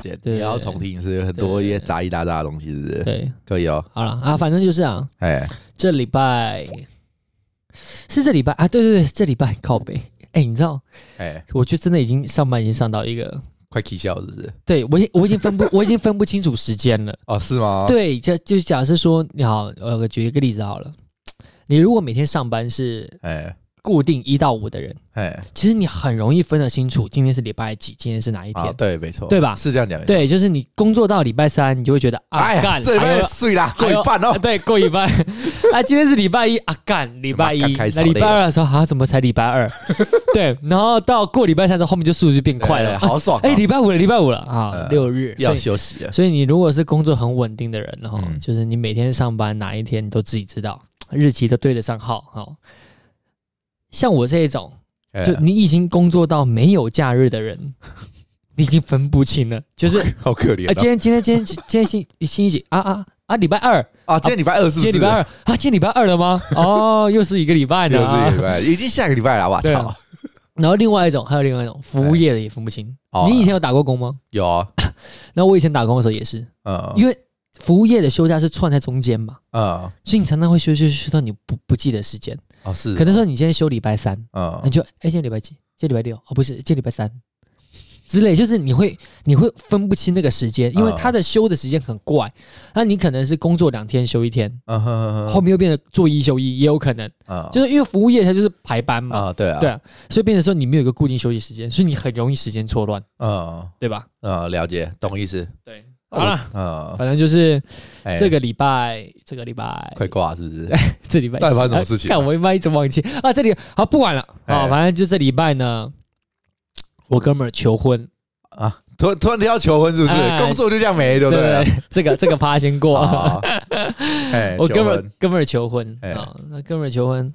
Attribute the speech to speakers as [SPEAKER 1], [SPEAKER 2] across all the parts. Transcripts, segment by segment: [SPEAKER 1] 前，
[SPEAKER 2] 对
[SPEAKER 1] 你要重听一次，很多一些杂七杂八的东西，是不是？
[SPEAKER 2] 对，
[SPEAKER 1] 可以哦，
[SPEAKER 2] 好了啊，反正就是啊，
[SPEAKER 1] 哎，
[SPEAKER 2] 这礼拜是这礼拜啊，对对对，这礼拜靠北。哎、你知道，
[SPEAKER 1] 哎，
[SPEAKER 2] 我就真的已经上班已经上到一个，
[SPEAKER 1] 快气笑是不是？
[SPEAKER 2] 对我已我已经 分不我已经分不清楚时间了。
[SPEAKER 1] 哦，是吗？，
[SPEAKER 2] 对，就就假设说，你好，呃我举一个例子好了，你如果每天上班是
[SPEAKER 1] 哎
[SPEAKER 2] 固定一到五的人，
[SPEAKER 1] 哎，
[SPEAKER 2] 其实你很容易分得清楚今天是礼拜几，今天是哪一天。
[SPEAKER 1] 啊，对，没错，
[SPEAKER 2] 对吧
[SPEAKER 1] 是这样讲，没错。
[SPEAKER 2] 对，就是你工作到礼拜三，你就会觉得啊
[SPEAKER 1] 哎呀，
[SPEAKER 2] 干，
[SPEAKER 1] 这礼
[SPEAKER 2] 还
[SPEAKER 1] 拜
[SPEAKER 2] 有
[SPEAKER 1] 碎啦，过
[SPEAKER 2] 还
[SPEAKER 1] 一
[SPEAKER 2] 有
[SPEAKER 1] 半
[SPEAKER 2] 啊
[SPEAKER 1] 哦。
[SPEAKER 2] 对，过一半。 啊，今天是礼拜一啊，干礼拜一
[SPEAKER 1] 妈干开，始
[SPEAKER 2] 那
[SPEAKER 1] 好
[SPEAKER 2] 礼
[SPEAKER 1] 累
[SPEAKER 2] 拜二的时候啊，怎么才礼拜 二？对，然后到过礼拜三的时候，后面就速度就变快了
[SPEAKER 1] 哎
[SPEAKER 2] 嘛。
[SPEAKER 1] 好爽哦！
[SPEAKER 2] 哎，礼拜五了，礼拜五了啊，
[SPEAKER 1] 呃
[SPEAKER 2] 六日。所
[SPEAKER 1] 要
[SPEAKER 2] 以，
[SPEAKER 1] 休息了。
[SPEAKER 2] 所以你如果是工作很稳定的人哦，
[SPEAKER 1] 嗯
[SPEAKER 2] 就是你每天上班哪一天你都自己知道，日期都对得上号哦。像我这一种，就
[SPEAKER 1] 哎
[SPEAKER 2] 你已经工作到没有假日的人， 你已经分不清了。 就是啊，
[SPEAKER 1] 好可怜
[SPEAKER 2] 今天今天今天今天星星期几啊啊啊，礼拜二。
[SPEAKER 1] 哦啊！今天礼拜二是不
[SPEAKER 2] 今天
[SPEAKER 1] 是？
[SPEAKER 2] 礼拜二啊，今天礼拜二了 吗？哦，又是一个礼拜呢、
[SPEAKER 1] 又是一个
[SPEAKER 2] 啊
[SPEAKER 1] 礼。拜，已经下个礼拜了，我
[SPEAKER 2] 对
[SPEAKER 1] 操
[SPEAKER 2] 啊！然后另外一种，还有另外一种，服务业的也分不清。
[SPEAKER 1] 哦
[SPEAKER 2] 你以前有打过工吗？
[SPEAKER 1] 有啊，
[SPEAKER 2] 那我以前打工的时候也是，
[SPEAKER 1] 嗯
[SPEAKER 2] 因为服务业的休假是串在中间嘛，
[SPEAKER 1] 嗯，
[SPEAKER 2] 所以你常常会休休休到你不不记得时间。
[SPEAKER 1] 哦是，
[SPEAKER 2] 可能说你今天休礼拜三，你
[SPEAKER 1] 嗯
[SPEAKER 2] 就哎今天礼拜几？今天礼拜六？哦不是，今天礼拜三。之类，就是你会你会分不清那个时间，因为
[SPEAKER 1] 嗯
[SPEAKER 2] 他的休的时间很怪。那你可能是工作两天休一天，
[SPEAKER 1] 嗯哼哼
[SPEAKER 2] 后面又变得做一休一，也有可能，
[SPEAKER 1] 哼，
[SPEAKER 2] 就是因为服务业它就是排班嘛。
[SPEAKER 1] 啊对啊
[SPEAKER 2] 对啊，所以变成说你没有一个固定休息时间，所以你很容易时间错乱，
[SPEAKER 1] 嗯
[SPEAKER 2] 对吧？
[SPEAKER 1] 嗯，了解，懂意思。
[SPEAKER 2] 对，好了，
[SPEAKER 1] 嗯，
[SPEAKER 2] 反正就是
[SPEAKER 1] 哎
[SPEAKER 2] 这个礼拜，这个礼拜，
[SPEAKER 1] 快挂是不是？
[SPEAKER 2] 这礼拜
[SPEAKER 1] 到底发生什么事情啊
[SPEAKER 2] 看我一般一直忘记啊，这里好不管了啊，
[SPEAKER 1] 哎
[SPEAKER 2] 反正就这礼拜呢，我哥们儿求婚，
[SPEAKER 1] 啊，突突然提到求婚是不是
[SPEAKER 2] 哎？
[SPEAKER 1] 工作就这样没，对不对？
[SPEAKER 2] 对，这个这个趴先 过，
[SPEAKER 1] 啊，哎，
[SPEAKER 2] 我哥
[SPEAKER 1] 求
[SPEAKER 2] 们
[SPEAKER 1] 婚
[SPEAKER 2] 儿哥们儿求婚
[SPEAKER 1] 哎
[SPEAKER 2] 啊，那哥们儿求婚，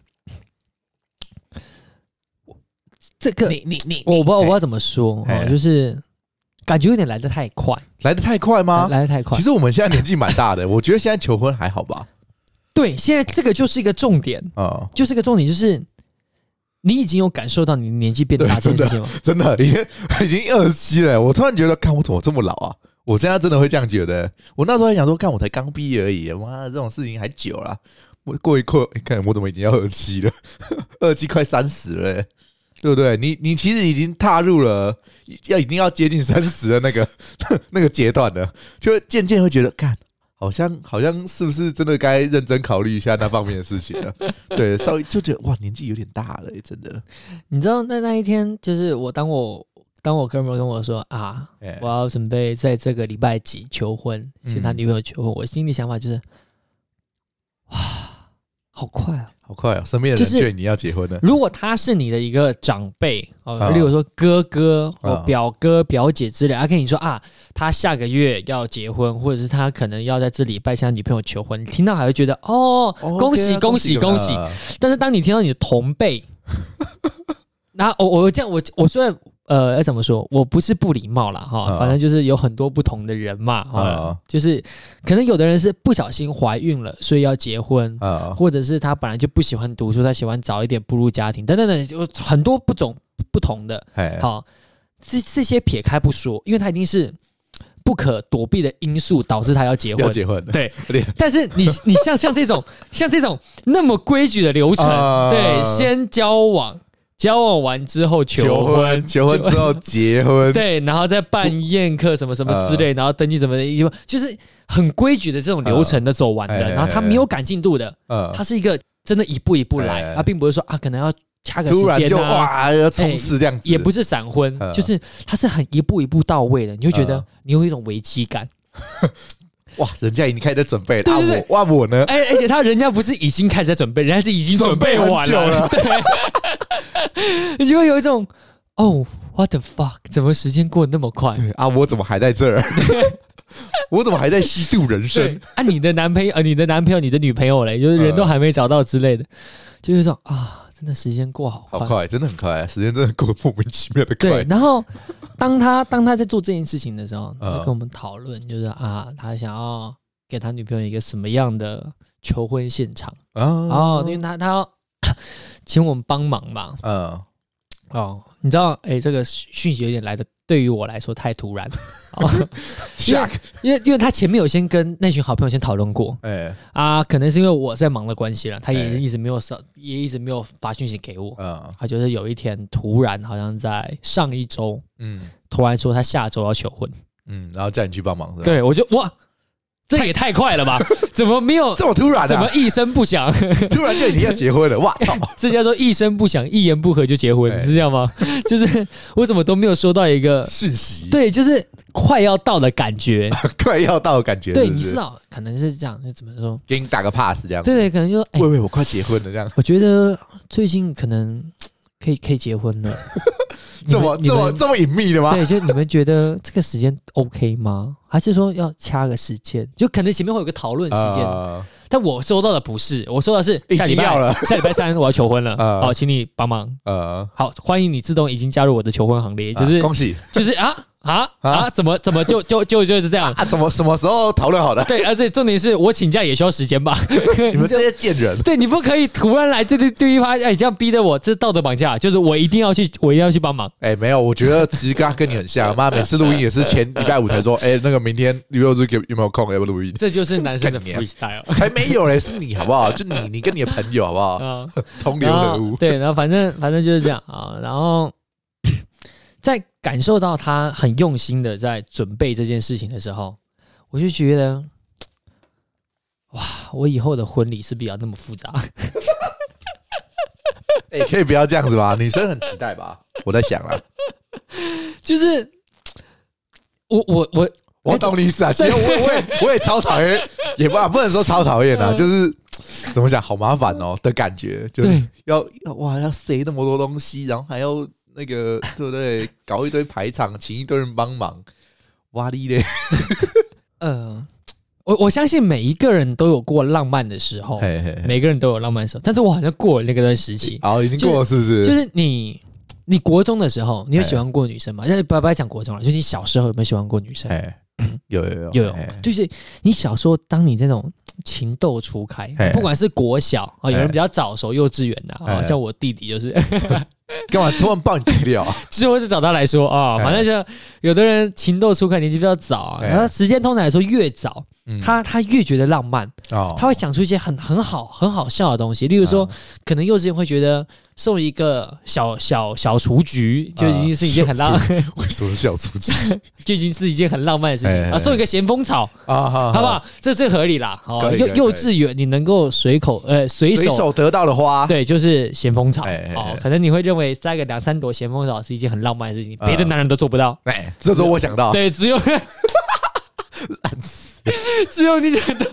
[SPEAKER 2] 这个
[SPEAKER 1] 你你你
[SPEAKER 2] 我不知道我不知
[SPEAKER 1] 哎
[SPEAKER 2] 道怎么说啊，
[SPEAKER 1] 哎
[SPEAKER 2] 就是感觉有点来的太快，
[SPEAKER 1] 来的太快吗？
[SPEAKER 2] 来的太快
[SPEAKER 1] 啊其。实我们现在年纪蛮大的，我觉得现在求婚还好吧？
[SPEAKER 2] 对，现在这个就是一个重点，
[SPEAKER 1] 嗯，
[SPEAKER 2] 就是一个重点，就是你已经有感受到你的年纪变大
[SPEAKER 1] 对
[SPEAKER 2] 这件
[SPEAKER 1] 真的
[SPEAKER 2] 事情吗？
[SPEAKER 1] 真的已经 已经二十七了，我突然觉得，看我怎么这么老啊！我现在真的会这样觉得。我那时候还想说，看我才刚毕业而已，妈的，这种事情还久啦。我过一过，哎看我怎么已经要二七了， 二七快三十了、欸对不对？你你其实已经踏入了要已经要接近三十的那个 那个阶段了，就渐渐会觉得，看好像好像是不是真的该认真考虑一下那方面的事情了？ 对，稍微就觉得哇，年纪有点大了、欸真的。
[SPEAKER 2] 你知道那那一天，就是我当我当我哥们儿跟我说啊，
[SPEAKER 1] 哎、
[SPEAKER 2] 我要准备在这个礼拜几求婚，跟他
[SPEAKER 1] 嗯
[SPEAKER 2] 女朋友求婚，我心里想法就是，哇，好快啊！
[SPEAKER 1] 好快啊！身边的人
[SPEAKER 2] 就是
[SPEAKER 1] 劝你要结婚了，
[SPEAKER 2] 如果他是你的一个长辈，哦，
[SPEAKER 1] 啊
[SPEAKER 2] 例如说哥哥或
[SPEAKER 1] 啊
[SPEAKER 2] 表哥、表姐之类，他跟你说啊，他下个月要结婚，或者是他可能要在这礼拜向女朋友求婚，你听到还会觉得哦， 恭喜、
[SPEAKER 1] 啊
[SPEAKER 2] 恭喜恭喜！但是当你听到你的同辈， 那我我这样我我虽然呃要怎么说，我不是不礼貌啦哈，
[SPEAKER 1] 啊
[SPEAKER 2] 反正就是有很多不同的人嘛哈，
[SPEAKER 1] 啊
[SPEAKER 2] 就是可能有的人是不小心怀孕了，所以要结婚，
[SPEAKER 1] 啊！
[SPEAKER 2] 或者是他本来就不喜欢读书，他喜欢早一点步入家庭，等等等，有很多不种不同的。
[SPEAKER 1] 哎，
[SPEAKER 2] 好，这这些撇开不说，因为他一定是不可躲避的因素导致他要结
[SPEAKER 1] 要
[SPEAKER 2] 婚。
[SPEAKER 1] 结 婚了，
[SPEAKER 2] 对
[SPEAKER 1] 对，
[SPEAKER 2] 但是你你像像这种像这种那么规矩的流程，
[SPEAKER 1] 啊
[SPEAKER 2] 对，先交往，交往完之后求
[SPEAKER 1] 求
[SPEAKER 2] 婚，
[SPEAKER 1] 婚，求婚之后结婚，
[SPEAKER 2] 对，然后再办宴客什么什么之
[SPEAKER 1] 呃
[SPEAKER 2] 类，然后登记什么的，就是很规矩的这种流程的走完
[SPEAKER 1] 哎哎
[SPEAKER 2] 的，
[SPEAKER 1] 哎
[SPEAKER 2] 然后他没有赶进度的，
[SPEAKER 1] 嗯，
[SPEAKER 2] 它是一个真的一步一步
[SPEAKER 1] 哎哎
[SPEAKER 2] 来，
[SPEAKER 1] 哎
[SPEAKER 2] 它并不是说啊，可能要掐个时
[SPEAKER 1] 突然就
[SPEAKER 2] 间啊，
[SPEAKER 1] 哇要冲刺这样子，
[SPEAKER 2] 也不是闪婚，
[SPEAKER 1] 嗯
[SPEAKER 2] 就是它是很一步一步到位的，你会觉得
[SPEAKER 1] 嗯
[SPEAKER 2] 你有一种危机感。
[SPEAKER 1] 哇，人家已经开始准备了，
[SPEAKER 2] 对
[SPEAKER 1] 啊
[SPEAKER 2] 对对
[SPEAKER 1] 我哇我 呢，
[SPEAKER 2] 哎，而且他人家不是已经开始在准备，人家是已经
[SPEAKER 1] 准
[SPEAKER 2] 备
[SPEAKER 1] 很
[SPEAKER 2] 完
[SPEAKER 1] 久 了，
[SPEAKER 2] 你就会有一种哦，what the fuck，怎么时间过得那么快？
[SPEAKER 1] 对啊，我怎么还在 这儿？我怎么还在虚度人
[SPEAKER 2] 对
[SPEAKER 1] 生？
[SPEAKER 2] 啊，你的男朋友、呃，你的男朋友、你的女朋友嘞，就是人都还没找到之类的，就有一种啊，真的时间过好
[SPEAKER 1] 好
[SPEAKER 2] 快。
[SPEAKER 1] 快，真的很快，时间真的过得莫名其妙的
[SPEAKER 2] 对
[SPEAKER 1] 快，，
[SPEAKER 2] 然后当他当他在做这件事情的时候，他
[SPEAKER 1] 嗯
[SPEAKER 2] 跟我们讨论，就是啊，他想要给他女朋友一个什么样的求婚现场哦
[SPEAKER 1] 啊，，
[SPEAKER 2] 因为他他要 请我们帮忙嘛，
[SPEAKER 1] 嗯，
[SPEAKER 2] 哦，你知道，哎，这个讯息有点来的对于我来说太突 然，因为
[SPEAKER 1] shock，
[SPEAKER 2] 因为因为他前面有先跟那群好朋友先讨论过
[SPEAKER 1] 哎，
[SPEAKER 2] 啊，可能是因为我在忙的关系了，他
[SPEAKER 1] 哎
[SPEAKER 2] 也一直没有扫，也一直没有发讯息给我。
[SPEAKER 1] 嗯
[SPEAKER 2] 他就是有一天突然，好像在上一周
[SPEAKER 1] 嗯
[SPEAKER 2] 突然说他下周要求婚，
[SPEAKER 1] 嗯，然后叫你去帮忙，是吧，
[SPEAKER 2] 对我就哇，这也太快了 吧？怎么没有？
[SPEAKER 1] 这么突然
[SPEAKER 2] 怎么
[SPEAKER 1] 啊，
[SPEAKER 2] 一声不响？
[SPEAKER 1] 突然就你要结婚了，哇操！
[SPEAKER 2] 这叫做一声不响，一言不合就结婚，
[SPEAKER 1] 哎
[SPEAKER 2] 是这样吗？就是我怎么都没有收到一个
[SPEAKER 1] 讯 息，
[SPEAKER 2] 对，就是快要到的感 觉。
[SPEAKER 1] 快要到的感觉，
[SPEAKER 2] 对，
[SPEAKER 1] 是不
[SPEAKER 2] 你
[SPEAKER 1] 是
[SPEAKER 2] 知道，可能是这样，是怎么说？
[SPEAKER 1] 给你打个 pass 这样，
[SPEAKER 2] 对对，可能就哎、
[SPEAKER 1] 喂喂，我快结婚了这样，
[SPEAKER 2] 我觉得最近可能可以可以结婚了。你
[SPEAKER 1] 这
[SPEAKER 2] 们
[SPEAKER 1] 么
[SPEAKER 2] 你
[SPEAKER 1] 这么
[SPEAKER 2] 们
[SPEAKER 1] 这么隐秘的吗？啊
[SPEAKER 2] 对，就你们觉得这个时间 OK 吗？还是说要掐个时间？就可能前面会有个讨论时间，
[SPEAKER 1] 啊
[SPEAKER 2] 但我收到的不是，我收到的是
[SPEAKER 1] 已
[SPEAKER 2] 下礼
[SPEAKER 1] 经
[SPEAKER 2] 拜
[SPEAKER 1] 要了
[SPEAKER 2] 下礼拜三我要求婚了，
[SPEAKER 1] 啊
[SPEAKER 2] 好，请你帮忙。
[SPEAKER 1] 呃，
[SPEAKER 2] 好，欢迎你自动已经加入我的求婚行列，就是
[SPEAKER 1] 啊恭喜
[SPEAKER 2] 就是啊啊
[SPEAKER 1] 啊
[SPEAKER 2] 啊，怎么怎么就就就就是这样？
[SPEAKER 1] 啊！怎么什么时候讨论好的？
[SPEAKER 2] 对，而且重点是我请假也需要时间吧？
[SPEAKER 1] 你们这些贱人，
[SPEAKER 2] 对你不可以突然来这对对一趴，哎，这样逼得我，这是道德绑架，就是我一定要去，我一定要去帮忙。
[SPEAKER 1] 哎，没有，我觉得其实跟他跟你 很像，妈，每次录音也是前礼拜五才说， 哎，那个明天礼拜日有有没有空，要不 录音？
[SPEAKER 2] 这就是男生的
[SPEAKER 1] 干你啊
[SPEAKER 2] freestyle
[SPEAKER 1] 才没有嘞，是你好不好？就你，你跟你的朋友好 不好？
[SPEAKER 2] 啊。
[SPEAKER 1] 同流
[SPEAKER 2] 然
[SPEAKER 1] 合
[SPEAKER 2] 后
[SPEAKER 1] 污，
[SPEAKER 2] 对，然后反正反正就是这样啊。然后在感受到他很用心的在准备这件事情的时候，我就觉得，哇，我以后的婚礼是不是要那么复杂？
[SPEAKER 1] 哎，可以不要这样子吗？女生很期待吧？我在想啊，
[SPEAKER 2] 就是我我我
[SPEAKER 1] 我懂你意思啊，其实我我也我也超讨厌，也不不能说超讨厌啊，
[SPEAKER 2] 嗯
[SPEAKER 1] 就是怎么讲，好麻烦哦的感觉，就是
[SPEAKER 2] 对
[SPEAKER 1] 要要哇要塞那么多东西，然后还要那个对不对？搞一堆排场，请一堆人帮忙，哇哩嘞，
[SPEAKER 2] 呃，我我相信每一个人都有过浪漫的时候，
[SPEAKER 1] 嘿嘿嘿，
[SPEAKER 2] 每个人都有浪漫的时候，但是我好像过了那个段时期，
[SPEAKER 1] 好，已经过了是不是？
[SPEAKER 2] 就是你。你国中的时候，你有
[SPEAKER 1] 哎
[SPEAKER 2] 喜欢过女生吗？那不要不要讲国中了，就是你小时候有没有喜欢过女生？
[SPEAKER 1] 哎，有有有
[SPEAKER 2] 有有
[SPEAKER 1] 哎，
[SPEAKER 2] 就是你小时候，当你这种情窦初开
[SPEAKER 1] 哎，
[SPEAKER 2] 不管是国小啊、哦有
[SPEAKER 1] 哎
[SPEAKER 2] 人比较早熟，幼稚园的啊、
[SPEAKER 1] 哎
[SPEAKER 2] 哦像我弟弟就是，
[SPEAKER 1] 干嘛突然爆你 资料啊？
[SPEAKER 2] 之后就找他来说啊、
[SPEAKER 1] 哎
[SPEAKER 2] 反正就有的人情窦初开，年纪比较早啊，
[SPEAKER 1] 哎
[SPEAKER 2] 然后时间通常来说越早，
[SPEAKER 1] 嗯
[SPEAKER 2] 他他越觉得浪漫，
[SPEAKER 1] 哦
[SPEAKER 2] 他会想出一些很很好很好笑的东西，例如说，
[SPEAKER 1] 嗯
[SPEAKER 2] 可能幼稚园会觉得送一个小小小雏菊就已经是一件很浪，
[SPEAKER 1] 啊为什么笑出去
[SPEAKER 2] 就已经是一件很浪漫的事情
[SPEAKER 1] 哎哎
[SPEAKER 2] 啊，送一个咸丰草，
[SPEAKER 1] 啊？好
[SPEAKER 2] 好不好？这最合理啦。哦
[SPEAKER 1] 可，以
[SPEAKER 2] 幼
[SPEAKER 1] 可以
[SPEAKER 2] 幼稚园你能够随口呃随
[SPEAKER 1] 随
[SPEAKER 2] 手。
[SPEAKER 1] 手得到的花，
[SPEAKER 2] 对，就是咸丰草
[SPEAKER 1] 哎哎
[SPEAKER 2] 哦
[SPEAKER 1] 哎，
[SPEAKER 2] 可能你会认为塞个两三朵咸丰草是一件很浪漫的事情，
[SPEAKER 1] 嗯
[SPEAKER 2] 别的男人都做不到。
[SPEAKER 1] 哎，这都我想到，
[SPEAKER 2] 对，只 有 只有你想到。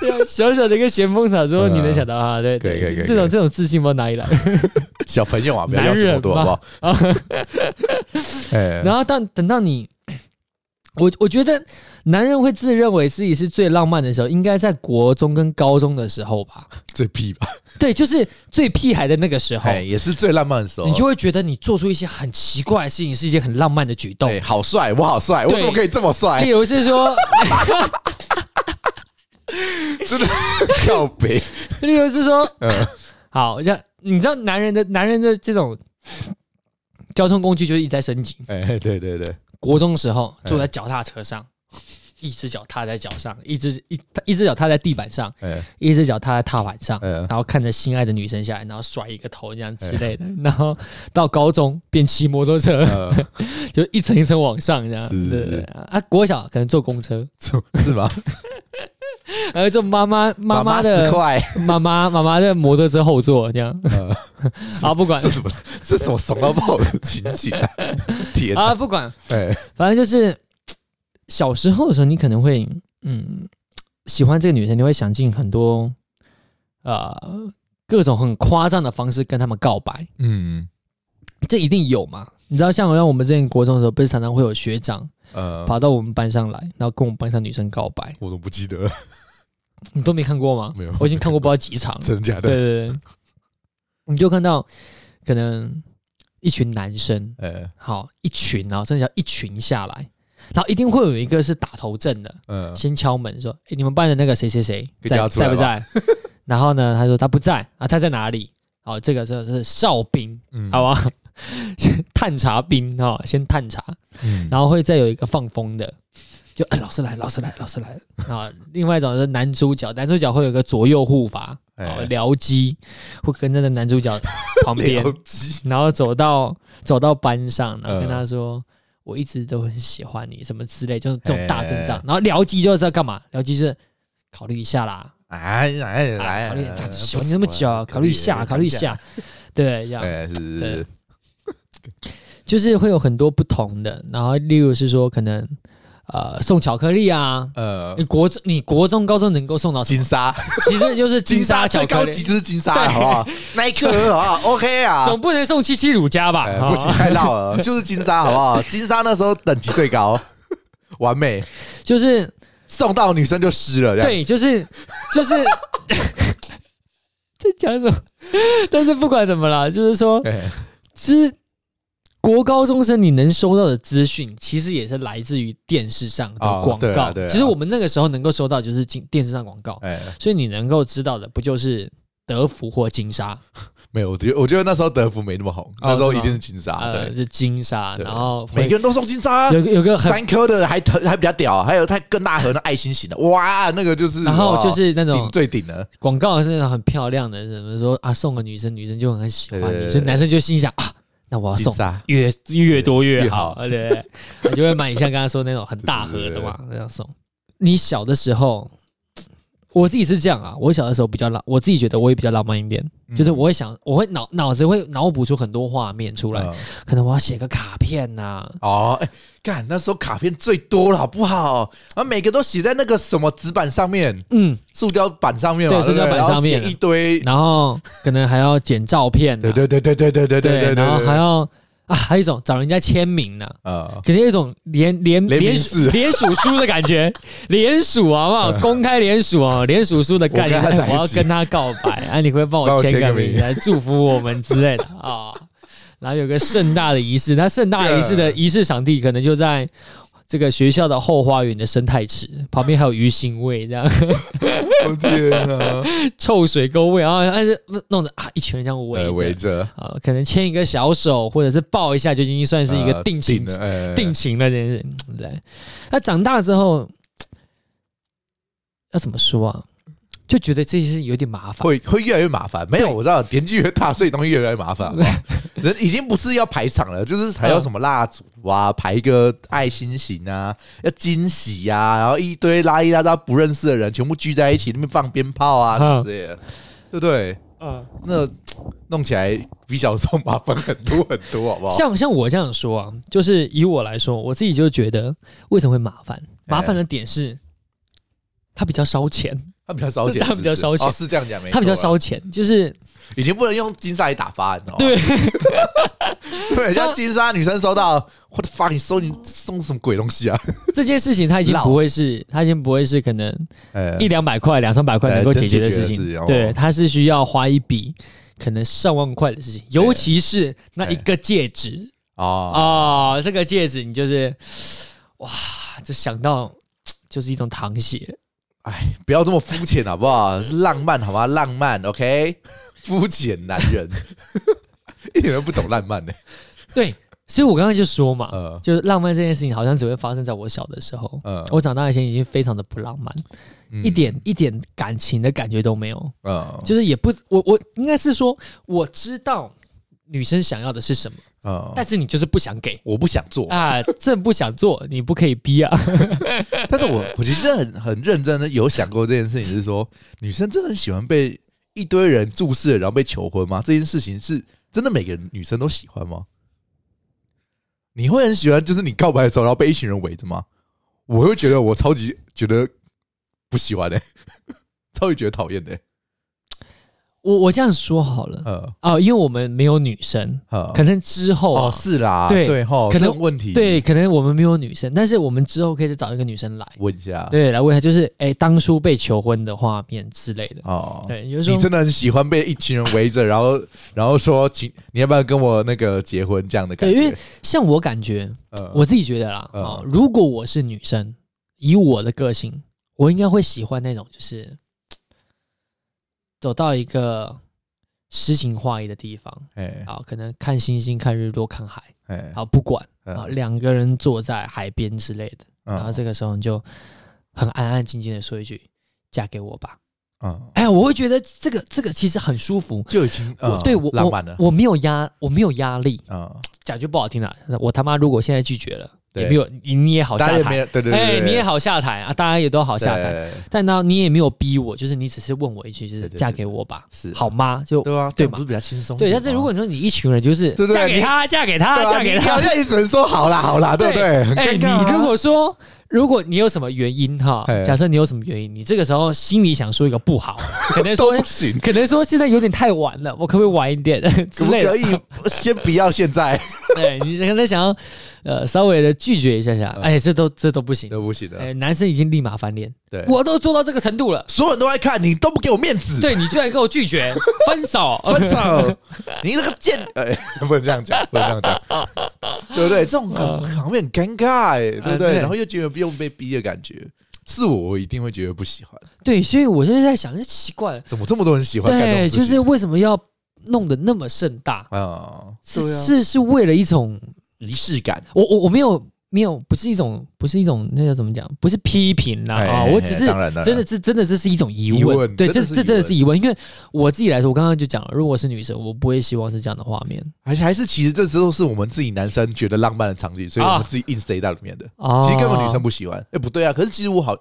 [SPEAKER 2] 对啊小小的一个咸丰草，之后
[SPEAKER 1] 嗯
[SPEAKER 2] 你能想到啊？对，
[SPEAKER 1] 可
[SPEAKER 2] 对
[SPEAKER 1] 以可以可以
[SPEAKER 2] 这种这种自信不知道哪 里来。
[SPEAKER 1] 小朋友啊，不要要求那么多，好
[SPEAKER 2] 男
[SPEAKER 1] 不
[SPEAKER 2] 人
[SPEAKER 1] 好？哎，
[SPEAKER 2] 然后但等到你，我我觉得男人会自认为自己是最浪漫的时候，应该在国中跟高中的时候吧？
[SPEAKER 1] 最屁吧，
[SPEAKER 2] 对，就是最屁孩的那个时候，
[SPEAKER 1] 哎，也是最浪漫的时候。
[SPEAKER 2] 你就会觉得你做出一些很奇怪的事情是一件很浪漫的举动
[SPEAKER 1] 哎，。好帅，我好帅，我
[SPEAKER 2] 对
[SPEAKER 1] 怎么可以这么帅
[SPEAKER 2] 例？如是 说，
[SPEAKER 1] 真的告别，
[SPEAKER 2] 例如是说，
[SPEAKER 1] 嗯
[SPEAKER 2] 好，像你知道男人的男人的这种交通工具就是一直在升级。
[SPEAKER 1] 哎，对对对，
[SPEAKER 2] 国中时候
[SPEAKER 1] 嗯
[SPEAKER 2] 坐在脚踏车上，一只脚踏在脚上，一只一一只脚踏在地板上，
[SPEAKER 1] 哎
[SPEAKER 2] 一只脚踏在踏板上，
[SPEAKER 1] 嗯
[SPEAKER 2] 然后看着心爱的女生下来，然后甩一个头这样之类的。然后到高中便骑摩托车，
[SPEAKER 1] 呃，
[SPEAKER 2] 就一层一层往上这样。
[SPEAKER 1] 是
[SPEAKER 2] 对
[SPEAKER 1] 是
[SPEAKER 2] 对对啊，国小可能坐公车，
[SPEAKER 1] 是是吗？
[SPEAKER 2] 然后坐妈妈妈妈
[SPEAKER 1] 十
[SPEAKER 2] 的
[SPEAKER 1] 块，
[SPEAKER 2] 妈妈妈妈的摩托车后座这样。
[SPEAKER 1] 呃
[SPEAKER 2] 啊，不管
[SPEAKER 1] 这什么这什么怂到爆的情景啊？天啊，
[SPEAKER 2] 啊，不管，
[SPEAKER 1] 哎
[SPEAKER 2] 反正就是小时候的时候，你可能会嗯喜欢这个女生，你会想尽很多呃各种很夸张的方式跟他们告白，
[SPEAKER 1] 嗯
[SPEAKER 2] 这一定有嘛？你知道，像像我们之前国中的时候，不是常常会有学长
[SPEAKER 1] 呃，
[SPEAKER 2] 跑到我们班上来，然后跟我们班上女生告白，
[SPEAKER 1] 我都不记得了，
[SPEAKER 2] 你都没看过吗？
[SPEAKER 1] 没有
[SPEAKER 2] 我已经看过不知道几 场了。
[SPEAKER 1] 真的假
[SPEAKER 2] 对
[SPEAKER 1] 的？
[SPEAKER 2] 对对，你就看到可能一群男生，
[SPEAKER 1] 哎
[SPEAKER 2] 好一群啊，真的叫一群下来，然后一定会有一个是打头阵的，
[SPEAKER 1] 嗯，
[SPEAKER 2] 先敲门说：“哎、你们班的那个谁谁谁
[SPEAKER 1] 给
[SPEAKER 2] 在
[SPEAKER 1] 叫出来
[SPEAKER 2] 在不
[SPEAKER 1] 吧
[SPEAKER 2] 在？” 然后呢，他说他不在啊，他在哪里？哦，这个这个是哨兵，
[SPEAKER 1] 嗯
[SPEAKER 2] 好吧？ 探查兵哈、哦，先探查，
[SPEAKER 1] 嗯，
[SPEAKER 2] 然后会再有一个放风的，就、哎老师来，老师来，老师来啊。另外一种是男主角，男主角会有一个左右护法，哦
[SPEAKER 1] 哎，
[SPEAKER 2] 僚机会跟在那男主角旁 边，
[SPEAKER 1] 僚机，
[SPEAKER 2] 然后走到走到班上，然后跟
[SPEAKER 1] 嗯
[SPEAKER 2] 他说。我一直都很喜欢你，什么之类，就是这种大阵仗
[SPEAKER 1] 哎。
[SPEAKER 2] 然后僚机就是要干嘛？僚机就是考虑一下啦，
[SPEAKER 1] 哎哎
[SPEAKER 2] 啊
[SPEAKER 1] 来，
[SPEAKER 2] 考虑一下
[SPEAKER 1] 来
[SPEAKER 2] 喜欢你那么久，考虑一下，考虑一，下，对，这样。
[SPEAKER 1] 哎，是是
[SPEAKER 2] 对
[SPEAKER 1] 是，
[SPEAKER 2] 就是会有很多不同的，然后例如是说可能呃送巧克力啊，
[SPEAKER 1] 呃
[SPEAKER 2] 你，国中你国中高中能够送到什么
[SPEAKER 1] 金沙，
[SPEAKER 2] 其实就是金沙巧
[SPEAKER 1] 最
[SPEAKER 2] 克
[SPEAKER 1] 高
[SPEAKER 2] 力
[SPEAKER 1] 级，就是金沙了，好不好？耐克 好不好？OK 啊，
[SPEAKER 2] 总不能送七七乳加吧？哦
[SPEAKER 1] 哎
[SPEAKER 2] 哈
[SPEAKER 1] 不行，太绕 了，就是金沙，好不好？金沙那时候等级最高， 完美，
[SPEAKER 2] 就是
[SPEAKER 1] 送到女生就湿了，这样。
[SPEAKER 2] 对，就是就是 在讲什么？但是不管怎么啦，就是说，
[SPEAKER 1] 对，
[SPEAKER 2] 其实国高中生你能收到的资讯，其实也是来自于电视上的
[SPEAKER 1] 哦
[SPEAKER 2] 广
[SPEAKER 1] 对
[SPEAKER 2] 告。
[SPEAKER 1] 啊对啊
[SPEAKER 2] 其实我们那个时候能够收到就是进电视上广告。
[SPEAKER 1] 哎，
[SPEAKER 2] 所以你能够知道的不就是德芙或金沙？
[SPEAKER 1] 没有，我觉得我觉得那时候德芙没那么红，那时候一定是金沙，
[SPEAKER 2] 哦呃，
[SPEAKER 1] 啊对，
[SPEAKER 2] 是金沙，
[SPEAKER 1] 对
[SPEAKER 2] 然后
[SPEAKER 1] 每
[SPEAKER 2] 会
[SPEAKER 1] 个人都送金沙啊
[SPEAKER 2] 有，有个很，
[SPEAKER 1] 三颗的还特还比较屌，还有它更大盒的爱心型的，哇，那个就是，
[SPEAKER 2] 然后就是那
[SPEAKER 1] 那
[SPEAKER 2] 种
[SPEAKER 1] 最顶的，
[SPEAKER 2] 广告是那种很漂亮的，什么说啊送个女生，女生就很喜欢
[SPEAKER 1] 对对
[SPEAKER 2] 你，
[SPEAKER 1] 对
[SPEAKER 2] 所以男生就心想啊，那我要
[SPEAKER 1] 金
[SPEAKER 2] 送。
[SPEAKER 1] 沙，
[SPEAKER 2] 越越多越
[SPEAKER 1] 越
[SPEAKER 2] 好
[SPEAKER 1] 好，
[SPEAKER 2] 呃对对，对你就会买你像刚刚说那种很大盒的嘛，那样送。你小的时候，我自己是这样啊，我小的时候比较浪，我自己觉得我也比较浪漫一点，
[SPEAKER 1] 嗯
[SPEAKER 2] 就是我会想，我会脑脑子会脑补出很多画面出来，
[SPEAKER 1] 嗯
[SPEAKER 2] 可能我要写个卡片啊呐、
[SPEAKER 1] 哦，哎、干，那时候卡片最多了，好不好？然后每个都写在那个什么纸板上面，
[SPEAKER 2] 嗯，
[SPEAKER 1] 塑胶板上面嘛，
[SPEAKER 2] 对
[SPEAKER 1] 对不对
[SPEAKER 2] 塑胶板上面
[SPEAKER 1] 然后写一堆，
[SPEAKER 2] 然后可能还要剪照片、啊，
[SPEAKER 1] 对对对对对对对
[SPEAKER 2] 对
[SPEAKER 1] 对，
[SPEAKER 2] 然后还要啊，还有一种找人家签名呢、啊
[SPEAKER 1] 呃，
[SPEAKER 2] 肯定有一种联联
[SPEAKER 1] 联名
[SPEAKER 2] 署
[SPEAKER 1] 式
[SPEAKER 2] 联署书的感觉，联署啊好不好？公开联署哦，联署书的概念，
[SPEAKER 1] 嗯我跟他在
[SPEAKER 2] 哎
[SPEAKER 1] 一起
[SPEAKER 2] 我要跟他告白，啊，你会帮
[SPEAKER 1] 帮
[SPEAKER 2] 我
[SPEAKER 1] 我
[SPEAKER 2] 签
[SPEAKER 1] 签
[SPEAKER 2] 个
[SPEAKER 1] 个名
[SPEAKER 2] 名来祝福我们之类的啊。然后有个盛大的仪式，那盛大仪式的
[SPEAKER 1] Yeah
[SPEAKER 2] 仪式场地可能就在这个学校的后花园的生态池旁边，还有鱼腥味这样。
[SPEAKER 1] 我、天哪，
[SPEAKER 2] 臭水沟味，然后但是弄得啊，一群人这样围
[SPEAKER 1] 呃，围
[SPEAKER 2] 着，
[SPEAKER 1] 着
[SPEAKER 2] 啊、可能牵一个小手，或者是抱一下，就已经算是一个
[SPEAKER 1] 呃
[SPEAKER 2] 定情、
[SPEAKER 1] 的哎
[SPEAKER 2] 定情了，这件事。嗯对，那长大之后要怎么说啊？就觉得这件事有点麻烦，
[SPEAKER 1] 会会越来越麻烦，没有
[SPEAKER 2] 对
[SPEAKER 1] 我知道，年纪越大，所以东西越来越麻烦。好不好 人已经不是要排场了，就是
[SPEAKER 2] 嗯
[SPEAKER 1] 还有什么蜡烛啊，排一个爱心型啊，要惊喜呀、啊，然后一堆拉一拉扎不认识的人全部聚在一起，那边放鞭炮啊
[SPEAKER 2] 嗯
[SPEAKER 1] 什么之类的，对不对？
[SPEAKER 2] 嗯，
[SPEAKER 1] 那弄起来比小时候麻烦很多很多，好不好？
[SPEAKER 2] 像像我这样说啊，就是以我来说，我自己就觉得为什么会麻烦？
[SPEAKER 1] 哎
[SPEAKER 2] 麻烦的点是，它比较烧钱，
[SPEAKER 1] 他比较烧钱，
[SPEAKER 2] 他比较
[SPEAKER 1] 是
[SPEAKER 2] 烧
[SPEAKER 1] 不是
[SPEAKER 2] 钱
[SPEAKER 1] 哦，是这样讲没错啊？
[SPEAKER 2] 它比较烧钱，就是
[SPEAKER 1] 已经不能用金沙来打发，你知道吗？
[SPEAKER 2] 对
[SPEAKER 1] 对，像金沙女生收到，我的发你收你送什么鬼东西啊？
[SPEAKER 2] 这件事情，它已经
[SPEAKER 1] 老
[SPEAKER 2] 不会是，它已经不会是可能
[SPEAKER 1] 呃
[SPEAKER 2] 一两百块、两三百块能够解决的事
[SPEAKER 1] 哎这解决
[SPEAKER 2] 情
[SPEAKER 1] 的事情，哦
[SPEAKER 2] 对，它是需要花一笔可能上万块的事情，尤其是
[SPEAKER 1] 哎
[SPEAKER 2] 那一个戒指
[SPEAKER 1] 哦，
[SPEAKER 2] 哦，这个戒指你就是哇，这想到就是一种淌血，
[SPEAKER 1] 哎，不要这么肤浅好不好？是浪漫好吗？浪漫，OK，肤 浅男人， 一点都不懂浪漫的、
[SPEAKER 2] 对，所以我刚刚就说嘛，
[SPEAKER 1] 呃
[SPEAKER 2] 就是浪漫这件事情好像只会发生在我小的时候。
[SPEAKER 1] 嗯
[SPEAKER 2] 我长大以前已经非常的不浪漫，
[SPEAKER 1] 嗯
[SPEAKER 2] 一点一点感情的感觉都没有，
[SPEAKER 1] 嗯
[SPEAKER 2] 就是也不，我我应该是说我知道女生想要的是什么，
[SPEAKER 1] 嗯，
[SPEAKER 2] 但是你就是不想给，
[SPEAKER 1] 我不想做，
[SPEAKER 2] 啊，这不想做，你不可以逼啊。
[SPEAKER 1] 但是我我其实很很认真的有想过这件事情，就是说女生真的很喜欢被一堆人注视，然后被求婚吗？这件事情是真的每个女生都喜欢吗？你会很喜欢，就是你告白的时候，然后被一群人围着吗？我会觉得我超级觉得不喜欢的、欸 超级觉得讨厌的、欸
[SPEAKER 2] 我我这样说好了
[SPEAKER 1] 呃
[SPEAKER 2] 啊，因为我们没有女生，
[SPEAKER 1] 呃，
[SPEAKER 2] 可能之后啊
[SPEAKER 1] 哦是啦，
[SPEAKER 2] 对
[SPEAKER 1] 对吼，
[SPEAKER 2] 可能
[SPEAKER 1] 这种问题
[SPEAKER 2] 对，可能我们没有女生，但是我们之后可以再找一个女生来，
[SPEAKER 1] 问一下
[SPEAKER 2] 对，来问一下，就是哎，当初被求婚的画面之类的，
[SPEAKER 1] 哦，
[SPEAKER 2] 对，就是说
[SPEAKER 1] 你真的很喜欢被一群人围着，然后然后说请你要不要跟我那个结婚这样的感
[SPEAKER 2] 对，因为
[SPEAKER 1] 觉？
[SPEAKER 2] 像我感觉，
[SPEAKER 1] 呃
[SPEAKER 2] 我自己觉得啦，
[SPEAKER 1] 嗯
[SPEAKER 2] 啊，如果我是女生，以我的个性，我应该会喜欢那种就是走到一个诗情画意的地方，
[SPEAKER 1] 哎
[SPEAKER 2] 好，可能看星星、看日落、看海，
[SPEAKER 1] 哎，
[SPEAKER 2] 好，不管
[SPEAKER 1] 嗯
[SPEAKER 2] 啊，两个人坐在海边之类的，
[SPEAKER 1] 嗯，
[SPEAKER 2] 然后这个时候你就很安安静静的说一句“嫁给我吧
[SPEAKER 1] 嗯”，，
[SPEAKER 2] 哎，我会觉得这个这个其实很舒服，
[SPEAKER 1] 就已经
[SPEAKER 2] 我
[SPEAKER 1] 嗯
[SPEAKER 2] 对我
[SPEAKER 1] 浪漫了
[SPEAKER 2] 我，我没有压，我没有压力。
[SPEAKER 1] 嗯，
[SPEAKER 2] 讲句不好听的，我他妈如果现在拒绝了，
[SPEAKER 1] 对
[SPEAKER 2] 也没有你你也好
[SPEAKER 1] 大家
[SPEAKER 2] 下
[SPEAKER 1] 也
[SPEAKER 2] 台，
[SPEAKER 1] 没对对对，
[SPEAKER 2] 哎，
[SPEAKER 1] 对
[SPEAKER 2] 你也好下台啊，大家也都好下台。，
[SPEAKER 1] 对
[SPEAKER 2] 但呢，你也没有逼我，就是你只是问我一句，就
[SPEAKER 1] 对
[SPEAKER 2] 是
[SPEAKER 1] 对对
[SPEAKER 2] 嫁给我吧，
[SPEAKER 1] 是
[SPEAKER 2] 好吗？就
[SPEAKER 1] 对啊，
[SPEAKER 2] 对
[SPEAKER 1] 这样
[SPEAKER 2] 嘛
[SPEAKER 1] 不是比较轻松一
[SPEAKER 2] 对。
[SPEAKER 1] 点吗？
[SPEAKER 2] 但是如果你说你一群人就是
[SPEAKER 1] 对对
[SPEAKER 2] 嫁给他，嫁给他，
[SPEAKER 1] 对啊
[SPEAKER 2] 嫁给
[SPEAKER 1] 你
[SPEAKER 2] 他
[SPEAKER 1] 好，像也只能说好啦好啦，对不对？很
[SPEAKER 2] 哎，
[SPEAKER 1] 尴尬啊
[SPEAKER 2] 你如果说如果你有什么原因哈
[SPEAKER 1] 哎，
[SPEAKER 2] 假设你有什么原因，你这个时候心里想说一个不 好，可能
[SPEAKER 1] 都
[SPEAKER 2] 说
[SPEAKER 1] 不行，
[SPEAKER 2] 可能说现在有点太晚了，我可不可以晚一点 之
[SPEAKER 1] 可不
[SPEAKER 2] 类的
[SPEAKER 1] 可？以先不要现在？
[SPEAKER 2] 对你可能想要呃稍微的拒绝一下下，哎，这都这都不行。
[SPEAKER 1] 都不行的，
[SPEAKER 2] 哎，男生已经立马翻脸，
[SPEAKER 1] 对，
[SPEAKER 2] 我都做到这个程度了，
[SPEAKER 1] 所有人都在看你，都不给我面子，
[SPEAKER 2] 对你居然跟我拒 绝，分手，呃
[SPEAKER 1] 分 手，你那个贱，哎，不能这样讲，不能这样讲， 对不对？这种很场面很尴尬，哎，对不
[SPEAKER 2] 啊对
[SPEAKER 1] 对？然后又觉得不用被逼的感觉，是我，我一定会觉得不喜欢。
[SPEAKER 2] 对，所以我就是在想，是奇怪了，
[SPEAKER 1] 怎么这么多人喜欢干这种
[SPEAKER 2] 对，
[SPEAKER 1] 事情？
[SPEAKER 2] 就是为什么要弄得那么盛大？
[SPEAKER 1] 啊，
[SPEAKER 2] 是
[SPEAKER 1] 对啊
[SPEAKER 2] 是是为了一种，
[SPEAKER 1] 仪式感，
[SPEAKER 2] 我我我没有没有，不是一种不是一种那叫怎么讲？不是批评啦
[SPEAKER 1] 哎
[SPEAKER 2] 啊，
[SPEAKER 1] 哎
[SPEAKER 2] 我只是
[SPEAKER 1] 当然当然
[SPEAKER 2] 真的是真的这是一种疑
[SPEAKER 1] 疑问
[SPEAKER 2] 对，
[SPEAKER 1] 真
[SPEAKER 2] 这这
[SPEAKER 1] 的是疑问
[SPEAKER 2] 真的是疑问，因为我自己来说，我刚刚就讲了，如果我是女生，我不会希望是这样的画面
[SPEAKER 1] 还还是其实这时候是我们自己男生觉得浪漫的场景，所以我们自己硬塞到里面的。
[SPEAKER 2] 啊哦。
[SPEAKER 1] 其实根本女生，不喜欢，哎，不对啊。可是其实我好，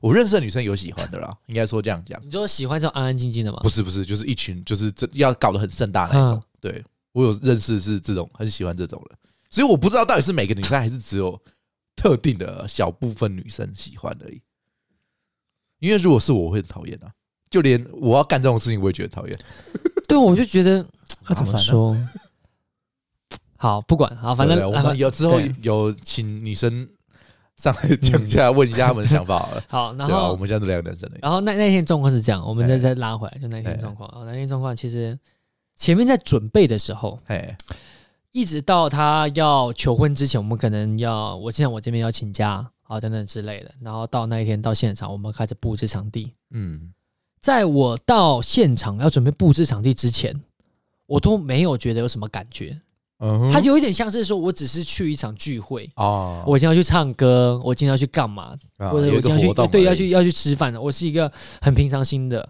[SPEAKER 1] 我认识的女生有喜欢的啦，应该说这样讲。
[SPEAKER 2] 你就喜欢这种安安静静的嘛？
[SPEAKER 1] 不是不是，就是一群就是这要搞得很盛大那一种。
[SPEAKER 2] 嗯
[SPEAKER 1] 对我有认识是这种很喜欢这种的，所以我不知道到底是每个女生还是只有特定的小部分女生喜欢而已。因为如果是我，我会很讨厌啊，就连我要干这种事情，我也觉得讨厌。
[SPEAKER 2] 啊对，我就觉 得
[SPEAKER 1] 麻
[SPEAKER 2] 啊，
[SPEAKER 1] 烦
[SPEAKER 2] 怎
[SPEAKER 1] 啊
[SPEAKER 2] 么说？好，不管好，反正啊
[SPEAKER 1] 对我们有之后有请女生上来讲一下，问一下他们的想法好了。
[SPEAKER 2] 好，嗯然
[SPEAKER 1] 对啊，
[SPEAKER 2] 后
[SPEAKER 1] 我们现在都两个男生了。
[SPEAKER 2] 然后那那天状况是这样，我们
[SPEAKER 1] 哎
[SPEAKER 2] 再再拉回来，就那
[SPEAKER 1] 哎
[SPEAKER 2] 天状况。哦，那天状况其实前面在准备的时候，
[SPEAKER 1] 哎，
[SPEAKER 2] 一直到他要求婚之前，我们可能要我现在我这边要请假啊等等之类的。然后到那一天到现场，我们开始布置场地。
[SPEAKER 1] 嗯，
[SPEAKER 2] 在我到现场要准备布置场地之前，我都没有觉得有什么感觉，
[SPEAKER 1] 嗯
[SPEAKER 2] 它有一点像是说我只是去一场聚会。
[SPEAKER 1] 哦，
[SPEAKER 2] 我今天要去唱歌，我今天要去干嘛？
[SPEAKER 1] 啊
[SPEAKER 2] 或者
[SPEAKER 1] 有
[SPEAKER 2] 我今
[SPEAKER 1] 一个
[SPEAKER 2] 天
[SPEAKER 1] 活
[SPEAKER 2] 要
[SPEAKER 1] 动
[SPEAKER 2] 去对
[SPEAKER 1] 而
[SPEAKER 2] 要
[SPEAKER 1] 已
[SPEAKER 2] 去要去吃饭的，我是一个很平常心的，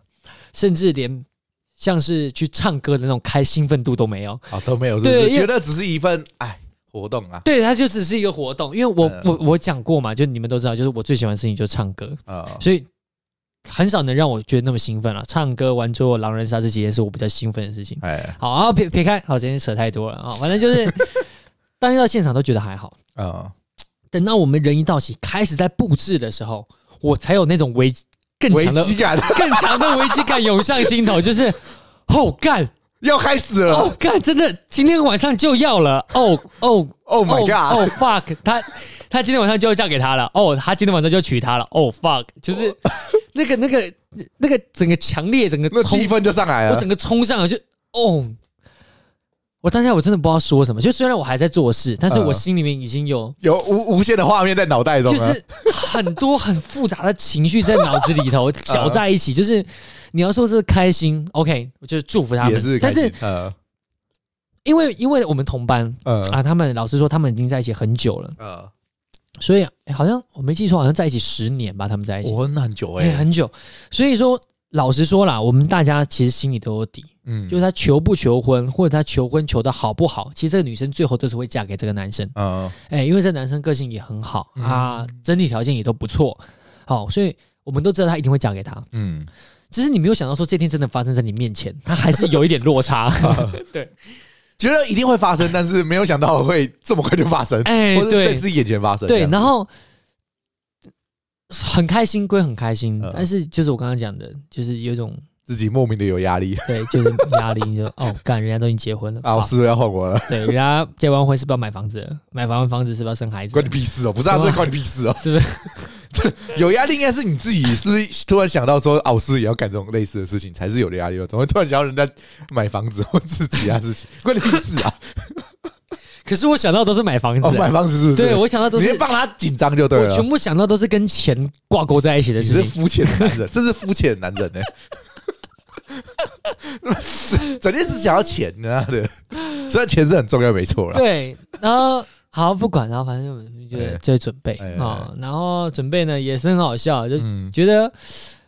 [SPEAKER 2] 甚至连像是去唱歌的那种开兴奋度都没有。
[SPEAKER 1] 啊都没有，是不是
[SPEAKER 2] 对因为
[SPEAKER 1] 觉得只是一份哎活动啊。
[SPEAKER 2] 对，它就只是一个活动，因为我、
[SPEAKER 1] 嗯
[SPEAKER 2] 我我讲过嘛，就你们都知道，就是我最喜欢的事情就是唱歌，
[SPEAKER 1] 啊，
[SPEAKER 2] 所以很少能让我觉得那么兴奋了、唱歌、玩桌游、狼人杀这几件是我比较兴奋的事情。
[SPEAKER 1] 哎
[SPEAKER 2] 好，然后撇撇开，好，今天扯太多了啊、反正就是 当天到现场都觉得还好，
[SPEAKER 1] 啊，
[SPEAKER 2] 等到我们人一到齐，开始在布置的时候，我才有那种危更
[SPEAKER 1] 危
[SPEAKER 2] 强的
[SPEAKER 1] 机感
[SPEAKER 2] 更强的危机感涌上心头，就是哦干
[SPEAKER 1] 要开始
[SPEAKER 2] 哦
[SPEAKER 1] 了
[SPEAKER 2] 干，真的今天晚上就要了哦哦
[SPEAKER 1] ，Oh
[SPEAKER 2] 哦
[SPEAKER 1] my god！
[SPEAKER 2] 哦 fuck，他他今天晚上就要嫁给他了哦，他今天晚上就要娶她了哦 fuck，就是那个那个那个整个强烈整个
[SPEAKER 1] 那
[SPEAKER 2] 冲
[SPEAKER 1] 气，氛就啊上来
[SPEAKER 2] 我
[SPEAKER 1] 了
[SPEAKER 2] 整。个冲上来就哦。我当下我真的不知道说什么，就虽然我还在做事，但是我
[SPEAKER 1] 嗯
[SPEAKER 2] 心里面已经有
[SPEAKER 1] 有无无限的画面在脑袋中
[SPEAKER 2] 就
[SPEAKER 1] 啊，
[SPEAKER 2] 是很多很复杂的情绪在脑子里
[SPEAKER 1] 嗯
[SPEAKER 2] 头搅在一起，就是你要说是开心，OK，我就祝福他
[SPEAKER 1] 也
[SPEAKER 2] 们。
[SPEAKER 1] 是开
[SPEAKER 2] 但
[SPEAKER 1] 心，
[SPEAKER 2] 是
[SPEAKER 1] 呃
[SPEAKER 2] 因为因为我们同班
[SPEAKER 1] 呃
[SPEAKER 2] 啊，他们老实说，他们已经在一起很久了，
[SPEAKER 1] 呃，
[SPEAKER 2] 所以、哎好像我没记错，好像在一起十年吧，他们在一起，
[SPEAKER 1] 我那很久
[SPEAKER 2] 哎、
[SPEAKER 1] 哎，
[SPEAKER 2] 很久。所以说，老实说啦，我们大家其实心里都有底，
[SPEAKER 1] 嗯
[SPEAKER 2] 就是他求不求婚，或者他求婚求的好不好，其实这个女生最后都是会嫁给这个男生。
[SPEAKER 1] 嗯
[SPEAKER 2] 哎、因为这男生个性也很好啊，整体条件也都不错，好，所以我们都知道他一定会嫁给他。
[SPEAKER 1] 嗯
[SPEAKER 2] 只是你没有想到说这天真的发生在你面前，他还是有一点落 差。
[SPEAKER 1] 觉得一定会发生，但是没有想到会这么快就发生，
[SPEAKER 2] 哎、
[SPEAKER 1] 或者在
[SPEAKER 2] 对
[SPEAKER 1] 自己眼前发生。这
[SPEAKER 2] 对，
[SPEAKER 1] 样子
[SPEAKER 2] 然后很开心归很开心，
[SPEAKER 1] 嗯
[SPEAKER 2] 但是就是我刚刚讲的，就是有一种
[SPEAKER 1] 自己莫名的有压力
[SPEAKER 2] 对，就是压力，就哦，干，人家都已经结婚了，
[SPEAKER 1] 啊，
[SPEAKER 2] fuck
[SPEAKER 1] 是不是要换我了？
[SPEAKER 2] 对，人家结完婚是不是要买房子了，买完房子是不是要生孩子
[SPEAKER 1] 关
[SPEAKER 2] 了
[SPEAKER 1] 你，屁事哦！不是啊，这
[SPEAKER 2] 哇
[SPEAKER 1] 关你屁事哦！
[SPEAKER 2] 是不是？
[SPEAKER 1] 有压力应该是你自己，是不是突然想到说，啊，我是不是也要干这种类似的事情才是有的压力吧？哦怎么会突然想到人家买房子或自己啊事情？关你屁事 啊！
[SPEAKER 2] 可是我想到都是买房子、啊
[SPEAKER 1] 哦，买房子是不是？
[SPEAKER 2] 对我想到都
[SPEAKER 1] 你
[SPEAKER 2] 是
[SPEAKER 1] 先，放他紧张就对
[SPEAKER 2] 我
[SPEAKER 1] 了。
[SPEAKER 2] 全部想到都是跟钱挂钩在一起的
[SPEAKER 1] 啊你
[SPEAKER 2] 事
[SPEAKER 1] 是
[SPEAKER 2] 情。
[SPEAKER 1] 肤浅的男人，这是肤浅的男人呢、 整天只想要钱，妈的！虽然钱是很重要，没错啦。
[SPEAKER 2] 对，然后好不管，然后反正我们就
[SPEAKER 1] 哎
[SPEAKER 2] 就准备
[SPEAKER 1] 哎哎
[SPEAKER 2] 啊，然后准备呢也是很好笑，就
[SPEAKER 1] 嗯，
[SPEAKER 2] 觉得。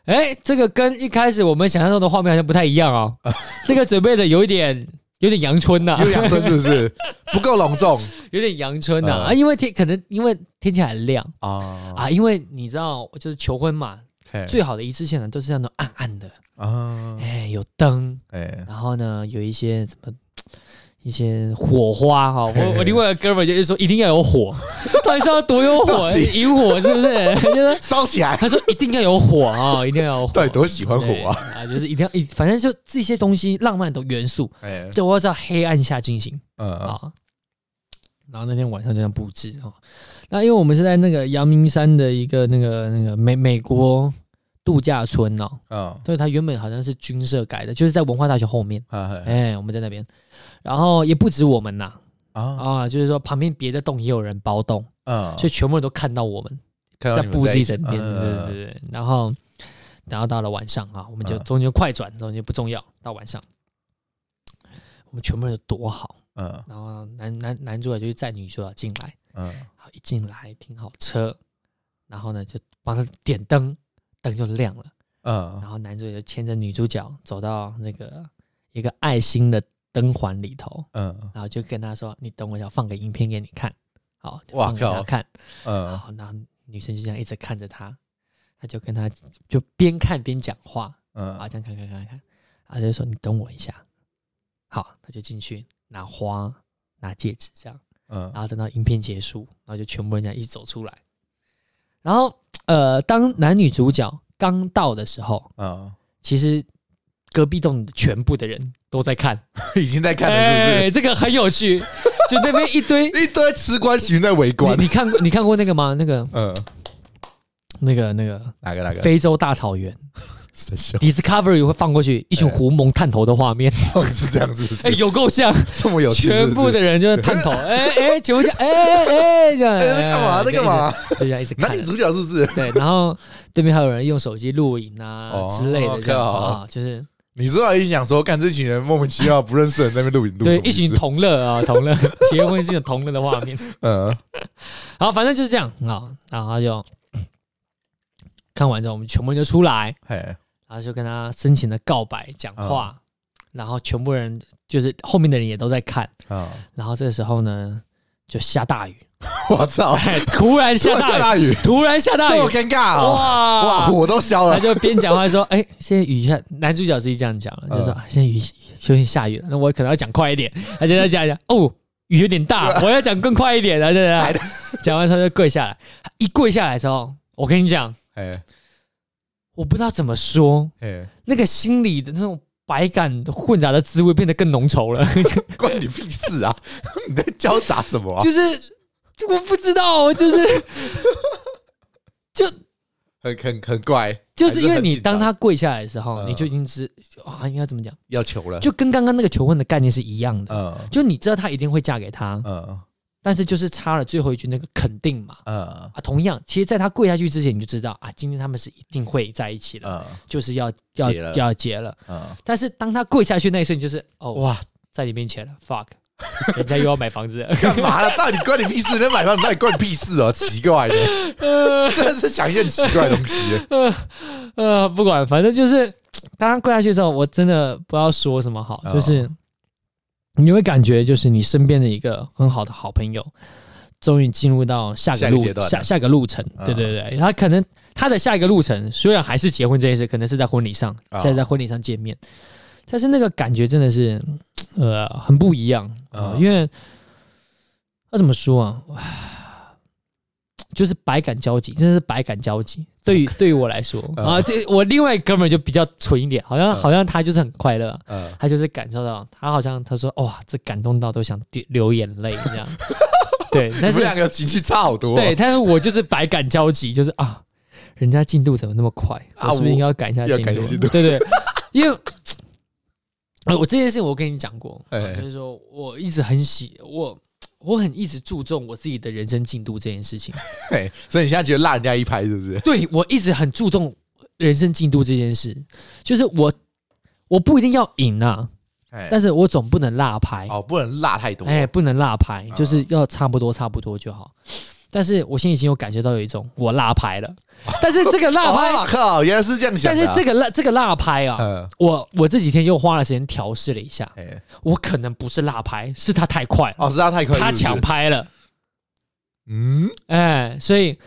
[SPEAKER 2] 哎，这个跟一开始我们想象中的画面好像不太一样 哦。这个准备的有一点有点阳春呐、
[SPEAKER 1] 有养生是不是不够隆重
[SPEAKER 2] 有点阳春呐、啊
[SPEAKER 1] 嗯
[SPEAKER 2] 因为天可能因为天气很亮
[SPEAKER 1] 啊？
[SPEAKER 2] 啊，因为你知道就是求婚嘛，
[SPEAKER 1] 嘿
[SPEAKER 2] 最好的一次现场都是那种暗暗的，
[SPEAKER 1] 啊，
[SPEAKER 2] 哎、有灯，
[SPEAKER 1] 哎，
[SPEAKER 2] 然后呢有一些什么。一些火花哈、
[SPEAKER 1] 嘿嘿
[SPEAKER 2] 我我另外一个哥们儿就是说一定要有火， 到底是要多有火
[SPEAKER 1] 到？底
[SPEAKER 2] 引火是不是？就是
[SPEAKER 1] 烧起来！
[SPEAKER 2] 他说一定要有火啊、一定要有火。
[SPEAKER 1] 到底多喜欢火
[SPEAKER 2] 对
[SPEAKER 1] 啊？
[SPEAKER 2] 啊，就是一定要一，反正就这些东西浪漫的元素，
[SPEAKER 1] 哎，
[SPEAKER 2] 对我要在黑暗下进行
[SPEAKER 1] 嗯，
[SPEAKER 2] 啊。然后那天晚上就这样布置啊。那因为我们是在那个阳明山的一个那个那个美美国度假村哦，
[SPEAKER 1] 嗯，
[SPEAKER 2] 对，它原本好像是军社改的，就是在文化大学后面。
[SPEAKER 1] 哎
[SPEAKER 2] 哎，我们在那边，然后也不止我们呐，
[SPEAKER 1] 啊，
[SPEAKER 2] 啊，就是说旁边别的洞也有人包洞，
[SPEAKER 1] 嗯，
[SPEAKER 2] 所以全部人都看到我们
[SPEAKER 1] 看到
[SPEAKER 2] 在
[SPEAKER 1] 你们
[SPEAKER 2] 布置一
[SPEAKER 1] 起
[SPEAKER 2] 整天，对对对
[SPEAKER 1] 嗯
[SPEAKER 2] 对对。然后，然后到了晚上啊，我们就
[SPEAKER 1] 嗯
[SPEAKER 2] 中间快转，中间不重要，到晚上，我们全部人都躲好，
[SPEAKER 1] 嗯
[SPEAKER 2] 然后男男男主角就去载女主角进来，
[SPEAKER 1] 嗯，
[SPEAKER 2] 好一进来停好车，然后呢就帮他点灯，灯就亮了，
[SPEAKER 1] 嗯
[SPEAKER 2] 然后男主角就牵着女主角走到那个一个爱心的灯环里头，
[SPEAKER 1] 嗯
[SPEAKER 2] 然后就跟他说：“你等我一下，放个影片给你看。”好，就
[SPEAKER 1] 哇
[SPEAKER 2] 放给他
[SPEAKER 1] 靠
[SPEAKER 2] 看。然
[SPEAKER 1] 嗯，
[SPEAKER 2] 后，然后女生就这样一直看着他，他就跟他就边看边讲话，啊，
[SPEAKER 1] 嗯
[SPEAKER 2] 这样看看看看，然后就说：“你等我一下。”好，他就进去拿花、拿戒指这样，
[SPEAKER 1] 嗯
[SPEAKER 2] 然后等到影片结束，然后就全部人家一起走出来。然后，呃，当男女主角刚到的时候，
[SPEAKER 1] 嗯，
[SPEAKER 2] 其实隔壁栋的全部的人都在看，
[SPEAKER 1] 已经在看了，是
[SPEAKER 2] 哎这个很有 趣，就那边一堆
[SPEAKER 1] 不是？一堆吃官群在围观
[SPEAKER 2] 你。你看过你看过那个吗？那个
[SPEAKER 1] 嗯，
[SPEAKER 2] 那个那个
[SPEAKER 1] 哪个哪个？
[SPEAKER 2] 非洲大草原
[SPEAKER 1] 神秀
[SPEAKER 2] Discovery 会放过去一群
[SPEAKER 1] 哎
[SPEAKER 2] 狐獴探头的画 面，
[SPEAKER 1] 是这样，是不
[SPEAKER 2] 哎、
[SPEAKER 1] 是？
[SPEAKER 2] 有够像，
[SPEAKER 1] 这么有趣，
[SPEAKER 2] 全部的人就是探头，哎哎，全部就哎哎哎这样，
[SPEAKER 1] 哎在干嘛？
[SPEAKER 2] 哎
[SPEAKER 1] 在干？嘛？
[SPEAKER 2] 就一直就这样一直
[SPEAKER 1] 男
[SPEAKER 2] 看
[SPEAKER 1] 女。主角是不是？
[SPEAKER 2] 对，然后对面还有人用手机录影啊
[SPEAKER 1] 哦
[SPEAKER 2] 之类的，这样
[SPEAKER 1] 靠
[SPEAKER 2] 啊，就是
[SPEAKER 1] 你知道，一想说，干这群人莫名其妙不认识人在那边录影录
[SPEAKER 2] 对
[SPEAKER 1] 什么
[SPEAKER 2] 一
[SPEAKER 1] 意思
[SPEAKER 2] 群同乐啊， 同乐结婚是一种同乐的画面。
[SPEAKER 1] 嗯
[SPEAKER 2] 好，反正就是这样啊，然后就看完之后，我们全部人就出来，
[SPEAKER 1] 嘿
[SPEAKER 2] 然后就跟他深情的告白、讲
[SPEAKER 1] 嗯
[SPEAKER 2] 话，然后全部人就是后面的人也都在看，
[SPEAKER 1] 啊，
[SPEAKER 2] 然后这个时候呢，就下大雨，
[SPEAKER 1] 我操！
[SPEAKER 2] 哎 突然
[SPEAKER 1] 哦这
[SPEAKER 2] 下
[SPEAKER 1] 么下
[SPEAKER 2] 大雨，
[SPEAKER 1] 大雨，
[SPEAKER 2] 突然下大
[SPEAKER 1] 这
[SPEAKER 2] 雨
[SPEAKER 1] 么，尴尬哦！
[SPEAKER 2] 哇
[SPEAKER 1] 哇，！火都消
[SPEAKER 2] 他
[SPEAKER 1] 了。
[SPEAKER 2] 就边讲话说：“哎、现在雨下。”男主角自己这样讲了，就说：“
[SPEAKER 1] 嗯
[SPEAKER 2] 啊现在雨有点下雨了，那我可能要讲快一点。” 他就在讲一讲：“哦，雨有点大，我要讲更快一点。”然后就这样
[SPEAKER 1] 还
[SPEAKER 2] 讲完，他就跪下来。一跪下来之后，我跟你讲，
[SPEAKER 1] 哎
[SPEAKER 2] 我不知道怎么说，
[SPEAKER 1] 哎，
[SPEAKER 2] 那个心里的那种百感混杂的滋味变得更浓稠 了，
[SPEAKER 1] 关你屁事啊！ 你在交杂什么啊？
[SPEAKER 2] 就是我不知道，我就是就
[SPEAKER 1] 很很很怪，
[SPEAKER 2] 就是因为
[SPEAKER 1] 还是很
[SPEAKER 2] 你
[SPEAKER 1] 紧张
[SPEAKER 2] 当他跪下来的时候，
[SPEAKER 1] 嗯
[SPEAKER 2] 你就已经知啊，应该怎么讲，
[SPEAKER 1] 要求了。
[SPEAKER 2] 就跟刚刚那个求婚的概念是一样的，
[SPEAKER 1] 嗯
[SPEAKER 2] 就你知道他一定会嫁给他，
[SPEAKER 1] 嗯
[SPEAKER 2] 但是就是差了最后一句那个肯定嘛。
[SPEAKER 1] 嗯
[SPEAKER 2] 啊，同样，其实，在他跪下去之前，你就知道啊，今天他们是一定会在一起的，
[SPEAKER 1] 嗯
[SPEAKER 2] 就是要要
[SPEAKER 1] 结了
[SPEAKER 2] 要结了。
[SPEAKER 1] 嗯，
[SPEAKER 2] 但是当他跪下去那一瞬，就是哦，
[SPEAKER 1] 哇，
[SPEAKER 2] 在你面前了，fuck，人家又要买房子了。
[SPEAKER 1] 干嘛了？到底关你屁事？那买房到底关你屁 事哦？奇怪的，真的是想一些很奇怪的 东西。
[SPEAKER 2] 呃，不管，反正就是当他跪下去的时候，我真的不知道说什么好，
[SPEAKER 1] 哦
[SPEAKER 2] 就是你会感觉就是你身边的一个很好的好朋友，终于进入到下个
[SPEAKER 1] 下一个
[SPEAKER 2] 路
[SPEAKER 1] 阶段了
[SPEAKER 2] 下下个路程，
[SPEAKER 1] 嗯
[SPEAKER 2] 对对对，他可能他的下一个路程虽然还是结婚这件事，可能是在婚礼上，
[SPEAKER 1] 哦
[SPEAKER 2] 在在婚礼上见面，但是那个感觉真的是呃很不一样啊、呃
[SPEAKER 1] 嗯
[SPEAKER 2] 因为要怎么说啊？唉就是百感交集，真的是百感交集。对于对于我来说
[SPEAKER 1] 嗯
[SPEAKER 2] 啊，这我另外一哥们儿就比较纯一点，好像
[SPEAKER 1] 嗯
[SPEAKER 2] 好像他就是很快乐，
[SPEAKER 1] 嗯，
[SPEAKER 2] 他就是感受到，他好像他说哇，这感动到都想流流眼泪这 样。对，
[SPEAKER 1] 你
[SPEAKER 2] 但
[SPEAKER 1] 们
[SPEAKER 2] 是
[SPEAKER 1] 两个情绪差好多。
[SPEAKER 2] 对，，但是我就是百感交集，就是啊，人家进度怎么那么快？
[SPEAKER 1] 啊
[SPEAKER 2] 我是不是应该要赶一下
[SPEAKER 1] 我要
[SPEAKER 2] 进
[SPEAKER 1] 赶一下
[SPEAKER 2] 度？啊
[SPEAKER 1] 进度
[SPEAKER 2] 对对， 因为。呃，我这件事我跟你讲过，啊
[SPEAKER 1] 哎
[SPEAKER 2] 就是说我一直很喜我，我很一直注重我自己的人生进度这件事情。
[SPEAKER 1] 嘿所以你现在觉得落人家一拍是不是？
[SPEAKER 2] 对我一直很注重人生进度这件事，就是我我不一定要赢啊，
[SPEAKER 1] 哎，
[SPEAKER 2] 但是我总不能落拍，
[SPEAKER 1] 哦，不能辣太多，
[SPEAKER 2] 哎，不能落拍，
[SPEAKER 1] 啊
[SPEAKER 2] 就是要差不多差不多就好。但是我现在已经有感觉到有一种我落拍了，但是这个落拍，
[SPEAKER 1] 哦靠，原来是这样
[SPEAKER 2] 但
[SPEAKER 1] 想的
[SPEAKER 2] 是
[SPEAKER 1] 啊，
[SPEAKER 2] 这个落这个落拍啊，
[SPEAKER 1] 嗯，
[SPEAKER 2] 我我这几天又花了时间调试了一下，
[SPEAKER 1] 哎，
[SPEAKER 2] 我可能不是落拍，是他太快了，
[SPEAKER 1] 哦，是他太快，
[SPEAKER 2] 他
[SPEAKER 1] 是不是
[SPEAKER 2] 抢，拍了。
[SPEAKER 1] 嗯，
[SPEAKER 2] 哎，所以嘖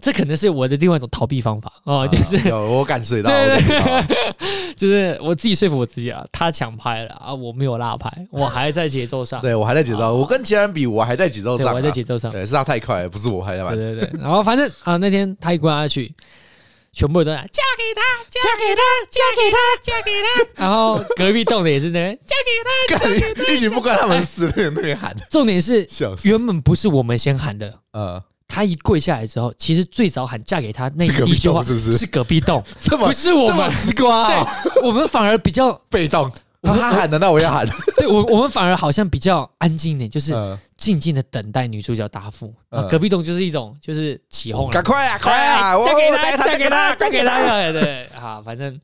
[SPEAKER 2] 这可能是我的另外一种逃避方法哦、就是、
[SPEAKER 1] 啊有我感受到，
[SPEAKER 2] 对
[SPEAKER 1] 我感受到
[SPEAKER 2] 就是我自己说服我自己啊，他抢拍了啊，我没有落拍，我还在节奏上，
[SPEAKER 1] 对我还在节奏，我跟其他人比，我还在节奏
[SPEAKER 2] 对，
[SPEAKER 1] 上
[SPEAKER 2] 我
[SPEAKER 1] 啊，
[SPEAKER 2] 还在节奏上，对
[SPEAKER 1] 对，是他太快了，不是我拍的吧？
[SPEAKER 2] 对对，然后反正啊，那天他一关下去。全部人都在嫁给他，嫁给他，嫁给他，嫁给他。然后隔壁栋的也是那边 嫁给他。
[SPEAKER 1] 干一群不关他们事的人那边喊，
[SPEAKER 2] 重点是
[SPEAKER 1] 笑死，
[SPEAKER 2] 原本不是我们先喊的，
[SPEAKER 1] 嗯，
[SPEAKER 2] 他一跪下来之后，其实最早喊嫁给他那
[SPEAKER 1] 是隔
[SPEAKER 2] 一
[SPEAKER 1] 壁
[SPEAKER 2] 句话
[SPEAKER 1] 栋是不是
[SPEAKER 2] 是隔壁栋，
[SPEAKER 1] 这么
[SPEAKER 2] 不是我
[SPEAKER 1] 这么
[SPEAKER 2] 们。
[SPEAKER 1] 吃瓜啊，
[SPEAKER 2] 对，我们反而比较
[SPEAKER 1] 被动，
[SPEAKER 2] 我
[SPEAKER 1] 他喊的那我也喊，
[SPEAKER 2] 对我，我们反而好像比较安静一点，就是
[SPEAKER 1] 嗯
[SPEAKER 2] 静静的等待女主角答复。
[SPEAKER 1] 嗯
[SPEAKER 2] 啊，隔壁栋就是一种就是起哄了，
[SPEAKER 1] 赶快啊，快啊，
[SPEAKER 2] 哎
[SPEAKER 1] 我
[SPEAKER 2] 嫁给
[SPEAKER 1] 我
[SPEAKER 2] 他，
[SPEAKER 1] 嫁
[SPEAKER 2] 嫁
[SPEAKER 1] 给
[SPEAKER 2] 给
[SPEAKER 1] 他，
[SPEAKER 2] 他，
[SPEAKER 1] 嫁
[SPEAKER 2] 嫁
[SPEAKER 1] 给
[SPEAKER 2] 给
[SPEAKER 1] 他，
[SPEAKER 2] 他，对对啊，反正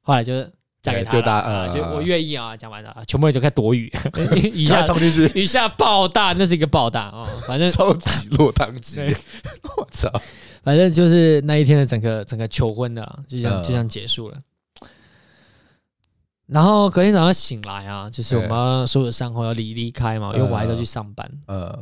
[SPEAKER 2] 后来就是嫁给他
[SPEAKER 1] 就答
[SPEAKER 2] 了，啊
[SPEAKER 1] 嗯
[SPEAKER 2] 就我愿意啊，讲完了，啊全部人就开始躲 雨，雨下
[SPEAKER 1] 冲进去，
[SPEAKER 2] 雨下暴大，那是一个暴大啊，反正
[SPEAKER 1] 超级落汤鸡
[SPEAKER 2] 对，
[SPEAKER 1] 我操，
[SPEAKER 2] 反正就是那一天的整个整个求婚的啊，就这样、
[SPEAKER 1] 嗯
[SPEAKER 2] 就这样结束了。然后隔天早上醒来啊，就是我们要所有伤口要离离开嘛，因为我还是要去上班。
[SPEAKER 1] 嗯，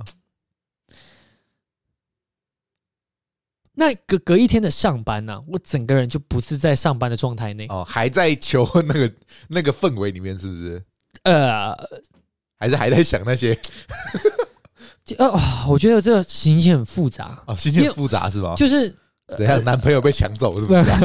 [SPEAKER 2] 那隔隔一天的上班呢、我整个人就不是在上班的状态内，
[SPEAKER 1] 哦，还在求婚那个那个氛围里面是不是？
[SPEAKER 2] 呃
[SPEAKER 1] 还是还在想那些
[SPEAKER 2] 就呃，哇我觉得这个情形很复杂，
[SPEAKER 1] 哦，心情很复杂是吗？
[SPEAKER 2] 就是
[SPEAKER 1] 等下男朋友被抢走是 不是啊？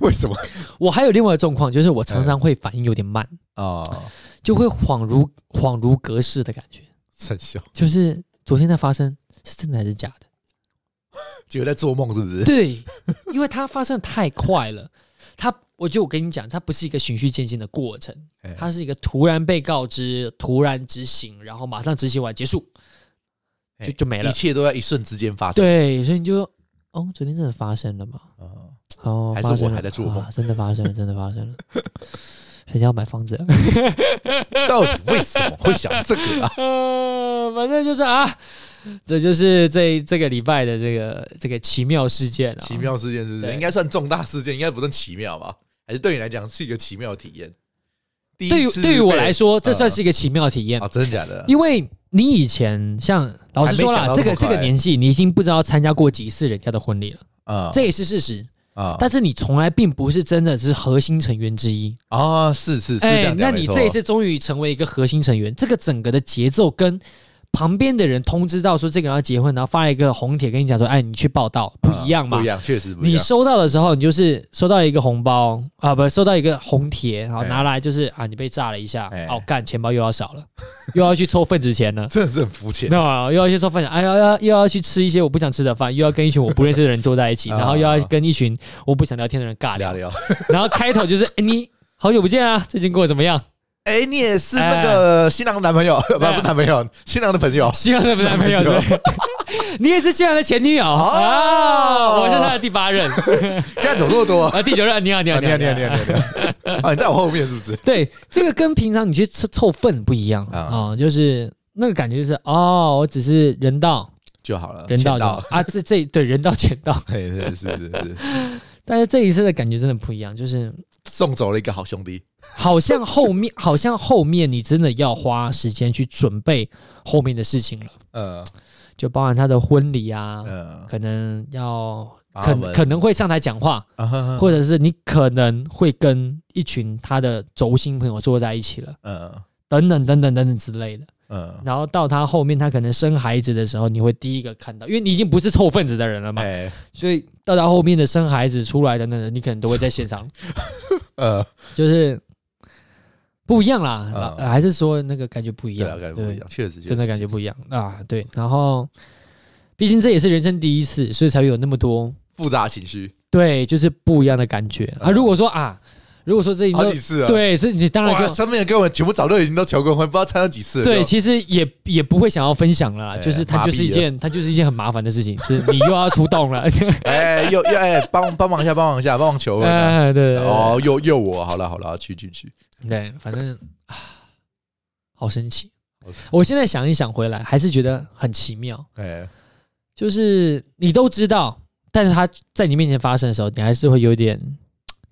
[SPEAKER 1] 为什么
[SPEAKER 2] 我还有另外的状况，就是我
[SPEAKER 1] 哎
[SPEAKER 2] 常常会反应有点慢，
[SPEAKER 1] 哦，
[SPEAKER 2] 就会恍如恍如隔世的感觉，
[SPEAKER 1] 生锈，
[SPEAKER 2] 就是昨天在发生是真的还是假的？
[SPEAKER 1] 结果在做梦是不是？
[SPEAKER 2] 对，因为它发生的太快了，它，我就我跟你讲，它不是一个循序渐进的过程，
[SPEAKER 1] 哎
[SPEAKER 2] 它是一个突然被告知、突然执行，然后马上执行完结束，
[SPEAKER 1] 哎
[SPEAKER 2] 就就没了
[SPEAKER 1] 一。切都在一瞬之间发生。
[SPEAKER 2] 对，所以你就哦，昨天真的发生了嘛？
[SPEAKER 1] 哦
[SPEAKER 2] 哦，
[SPEAKER 1] 还是
[SPEAKER 2] 发生
[SPEAKER 1] 我
[SPEAKER 2] 了
[SPEAKER 1] 还在做
[SPEAKER 2] 啊
[SPEAKER 1] 梦
[SPEAKER 2] 真的发生了，真的发生了。谁家要买房子啊 了？
[SPEAKER 1] 到底为什么会想这个啊？
[SPEAKER 2] 呃，反正就是啊，这就是这这个礼拜的这个这个奇妙事件啊，
[SPEAKER 1] 奇妙事件是不是？
[SPEAKER 2] 对
[SPEAKER 1] 应该算重大事件，应该不算奇妙吧？还是对你来讲是一个奇妙的体验？第
[SPEAKER 2] 对于
[SPEAKER 1] 一次
[SPEAKER 2] 对于我来说，这
[SPEAKER 1] 呃
[SPEAKER 2] 算是一个奇妙体验
[SPEAKER 1] 啊、。哦，真的假的？
[SPEAKER 2] 因为你以前像老实说
[SPEAKER 1] 还没
[SPEAKER 2] 啦，
[SPEAKER 1] 想到
[SPEAKER 2] 这
[SPEAKER 1] 那
[SPEAKER 2] 个
[SPEAKER 1] 么
[SPEAKER 2] 这
[SPEAKER 1] 快
[SPEAKER 2] 个年纪，你已经不知道参加过几次人家的婚礼了，
[SPEAKER 1] 啊
[SPEAKER 2] 这也是事实。
[SPEAKER 1] 啊
[SPEAKER 2] 但是你从来并不是真的是核心成员之一。
[SPEAKER 1] 啊，是是是这样讲、
[SPEAKER 2] 哎那你
[SPEAKER 1] 没错
[SPEAKER 2] 这一次终于成为一个核心成员，这个整个的节奏跟旁边的人通知到说这个人要结婚，然后发了一个红帖跟你讲说，哎，你去报道，不一样
[SPEAKER 1] 啊
[SPEAKER 2] 嘛
[SPEAKER 1] 不一。样，确实不一
[SPEAKER 2] 你
[SPEAKER 1] 样。
[SPEAKER 2] 收到的时候，你就是收到一个红包啊，不，收到一个红帖，然后
[SPEAKER 1] 哎
[SPEAKER 2] 拿来就是啊，你被炸了一下
[SPEAKER 1] 哎，
[SPEAKER 2] 哦，干，钱包又要少了， 又要去抽份子钱了。
[SPEAKER 1] 真的是很肤浅，
[SPEAKER 2] 那又要去做饭，哎呀，要又要去吃一些我不想吃的饭，又要跟一群我不认识的人坐在一起，
[SPEAKER 1] 啊
[SPEAKER 2] 然后又要跟一群我不想聊天的人尬
[SPEAKER 1] 聊
[SPEAKER 2] 聊，
[SPEAKER 1] 聊。
[SPEAKER 2] 然后开头就是、哎你好久不见啊，最近过得怎么样？
[SPEAKER 1] 哎、你也是那个新郎男朋友，不、不是男朋友，新郎的朋友。
[SPEAKER 2] 哎
[SPEAKER 1] 哦
[SPEAKER 2] 新郎的男朋友对， 你也是新郎的前女友啊，我是他的第八任
[SPEAKER 1] 看懂么多，啊
[SPEAKER 2] 啊，第九任，你好，你好，
[SPEAKER 1] 你
[SPEAKER 2] 好，
[SPEAKER 1] 好
[SPEAKER 2] 你
[SPEAKER 1] 你好你好你好，啊，你在我后面是不是？
[SPEAKER 2] 对，这个跟平常你去凑凑份不一样啊、
[SPEAKER 1] 啊
[SPEAKER 2] 哦就是那个感觉就是哦，我只是人到
[SPEAKER 1] 就好了，
[SPEAKER 2] 人到
[SPEAKER 1] 签
[SPEAKER 2] 就好
[SPEAKER 1] 到。
[SPEAKER 2] 啊，这这对人到钱到，
[SPEAKER 1] 哎，是是是是，
[SPEAKER 2] 但是这一次的感觉真的不一样，就是。
[SPEAKER 1] 送走了一个好兄弟。
[SPEAKER 2] 好像后面， 好像后面你真的要花时间去准备后面的事情了，
[SPEAKER 1] 嗯
[SPEAKER 2] 就包含他的婚礼啊，
[SPEAKER 1] 嗯，
[SPEAKER 2] 可能要
[SPEAKER 1] 啊
[SPEAKER 2] 可
[SPEAKER 1] 我们
[SPEAKER 2] 可能会上台讲话，
[SPEAKER 1] 啊哈哈
[SPEAKER 2] 或者是你可能会跟一群他的轴心朋友坐在一起了，
[SPEAKER 1] 嗯
[SPEAKER 2] 等等等等等等之类的。
[SPEAKER 1] 嗯，
[SPEAKER 2] 然后到他后面，他可能生孩子的时候，你会第一个看到，因为你已经不是凑份子的人了嘛，
[SPEAKER 1] 哎
[SPEAKER 2] 所以到他后面的生孩子出来的那个，你可能都会在现 场。嗯
[SPEAKER 1] 呃，
[SPEAKER 2] 就是不一样啦，
[SPEAKER 1] 嗯
[SPEAKER 2] 啊呃还是说那个感觉不一
[SPEAKER 1] 对
[SPEAKER 2] 样，
[SPEAKER 1] 啊，感觉不一样，确实
[SPEAKER 2] 对真的感
[SPEAKER 1] 觉
[SPEAKER 2] 觉不一样啊，对。然后，毕竟这也是人生第一次，所以才会有那么多
[SPEAKER 1] 复杂情绪。
[SPEAKER 2] 对，就是不一样的感觉啊。
[SPEAKER 1] 嗯
[SPEAKER 2] 如果说啊，如果说这已经
[SPEAKER 1] 好
[SPEAKER 2] 都
[SPEAKER 1] 几次啊。，
[SPEAKER 2] 对，这你当然
[SPEAKER 1] 哇，
[SPEAKER 2] 就
[SPEAKER 1] 身边的哥们全部早就已经都求过婚，不知道参加几次了。
[SPEAKER 2] 对，其实也也不会想要分享了啦，
[SPEAKER 1] 哎
[SPEAKER 2] 就是它
[SPEAKER 1] 麻
[SPEAKER 2] 就是
[SPEAKER 1] 痹
[SPEAKER 2] 一件它就是一件很麻烦的事情，就是你又要出动了，
[SPEAKER 1] 哎，又又哎，帮帮忙一下，帮忙一下，帮忙求婚啊。
[SPEAKER 2] 哎，对对对
[SPEAKER 1] 哦，又又我，好了好了，去去去。
[SPEAKER 2] 对，反正啊，好神奇
[SPEAKER 1] 好神。
[SPEAKER 2] 我现在想一想回来，还是觉得很奇妙，
[SPEAKER 1] 哎，
[SPEAKER 2] 就是你都知道，但是它在你面前发生的时候，你还是会有点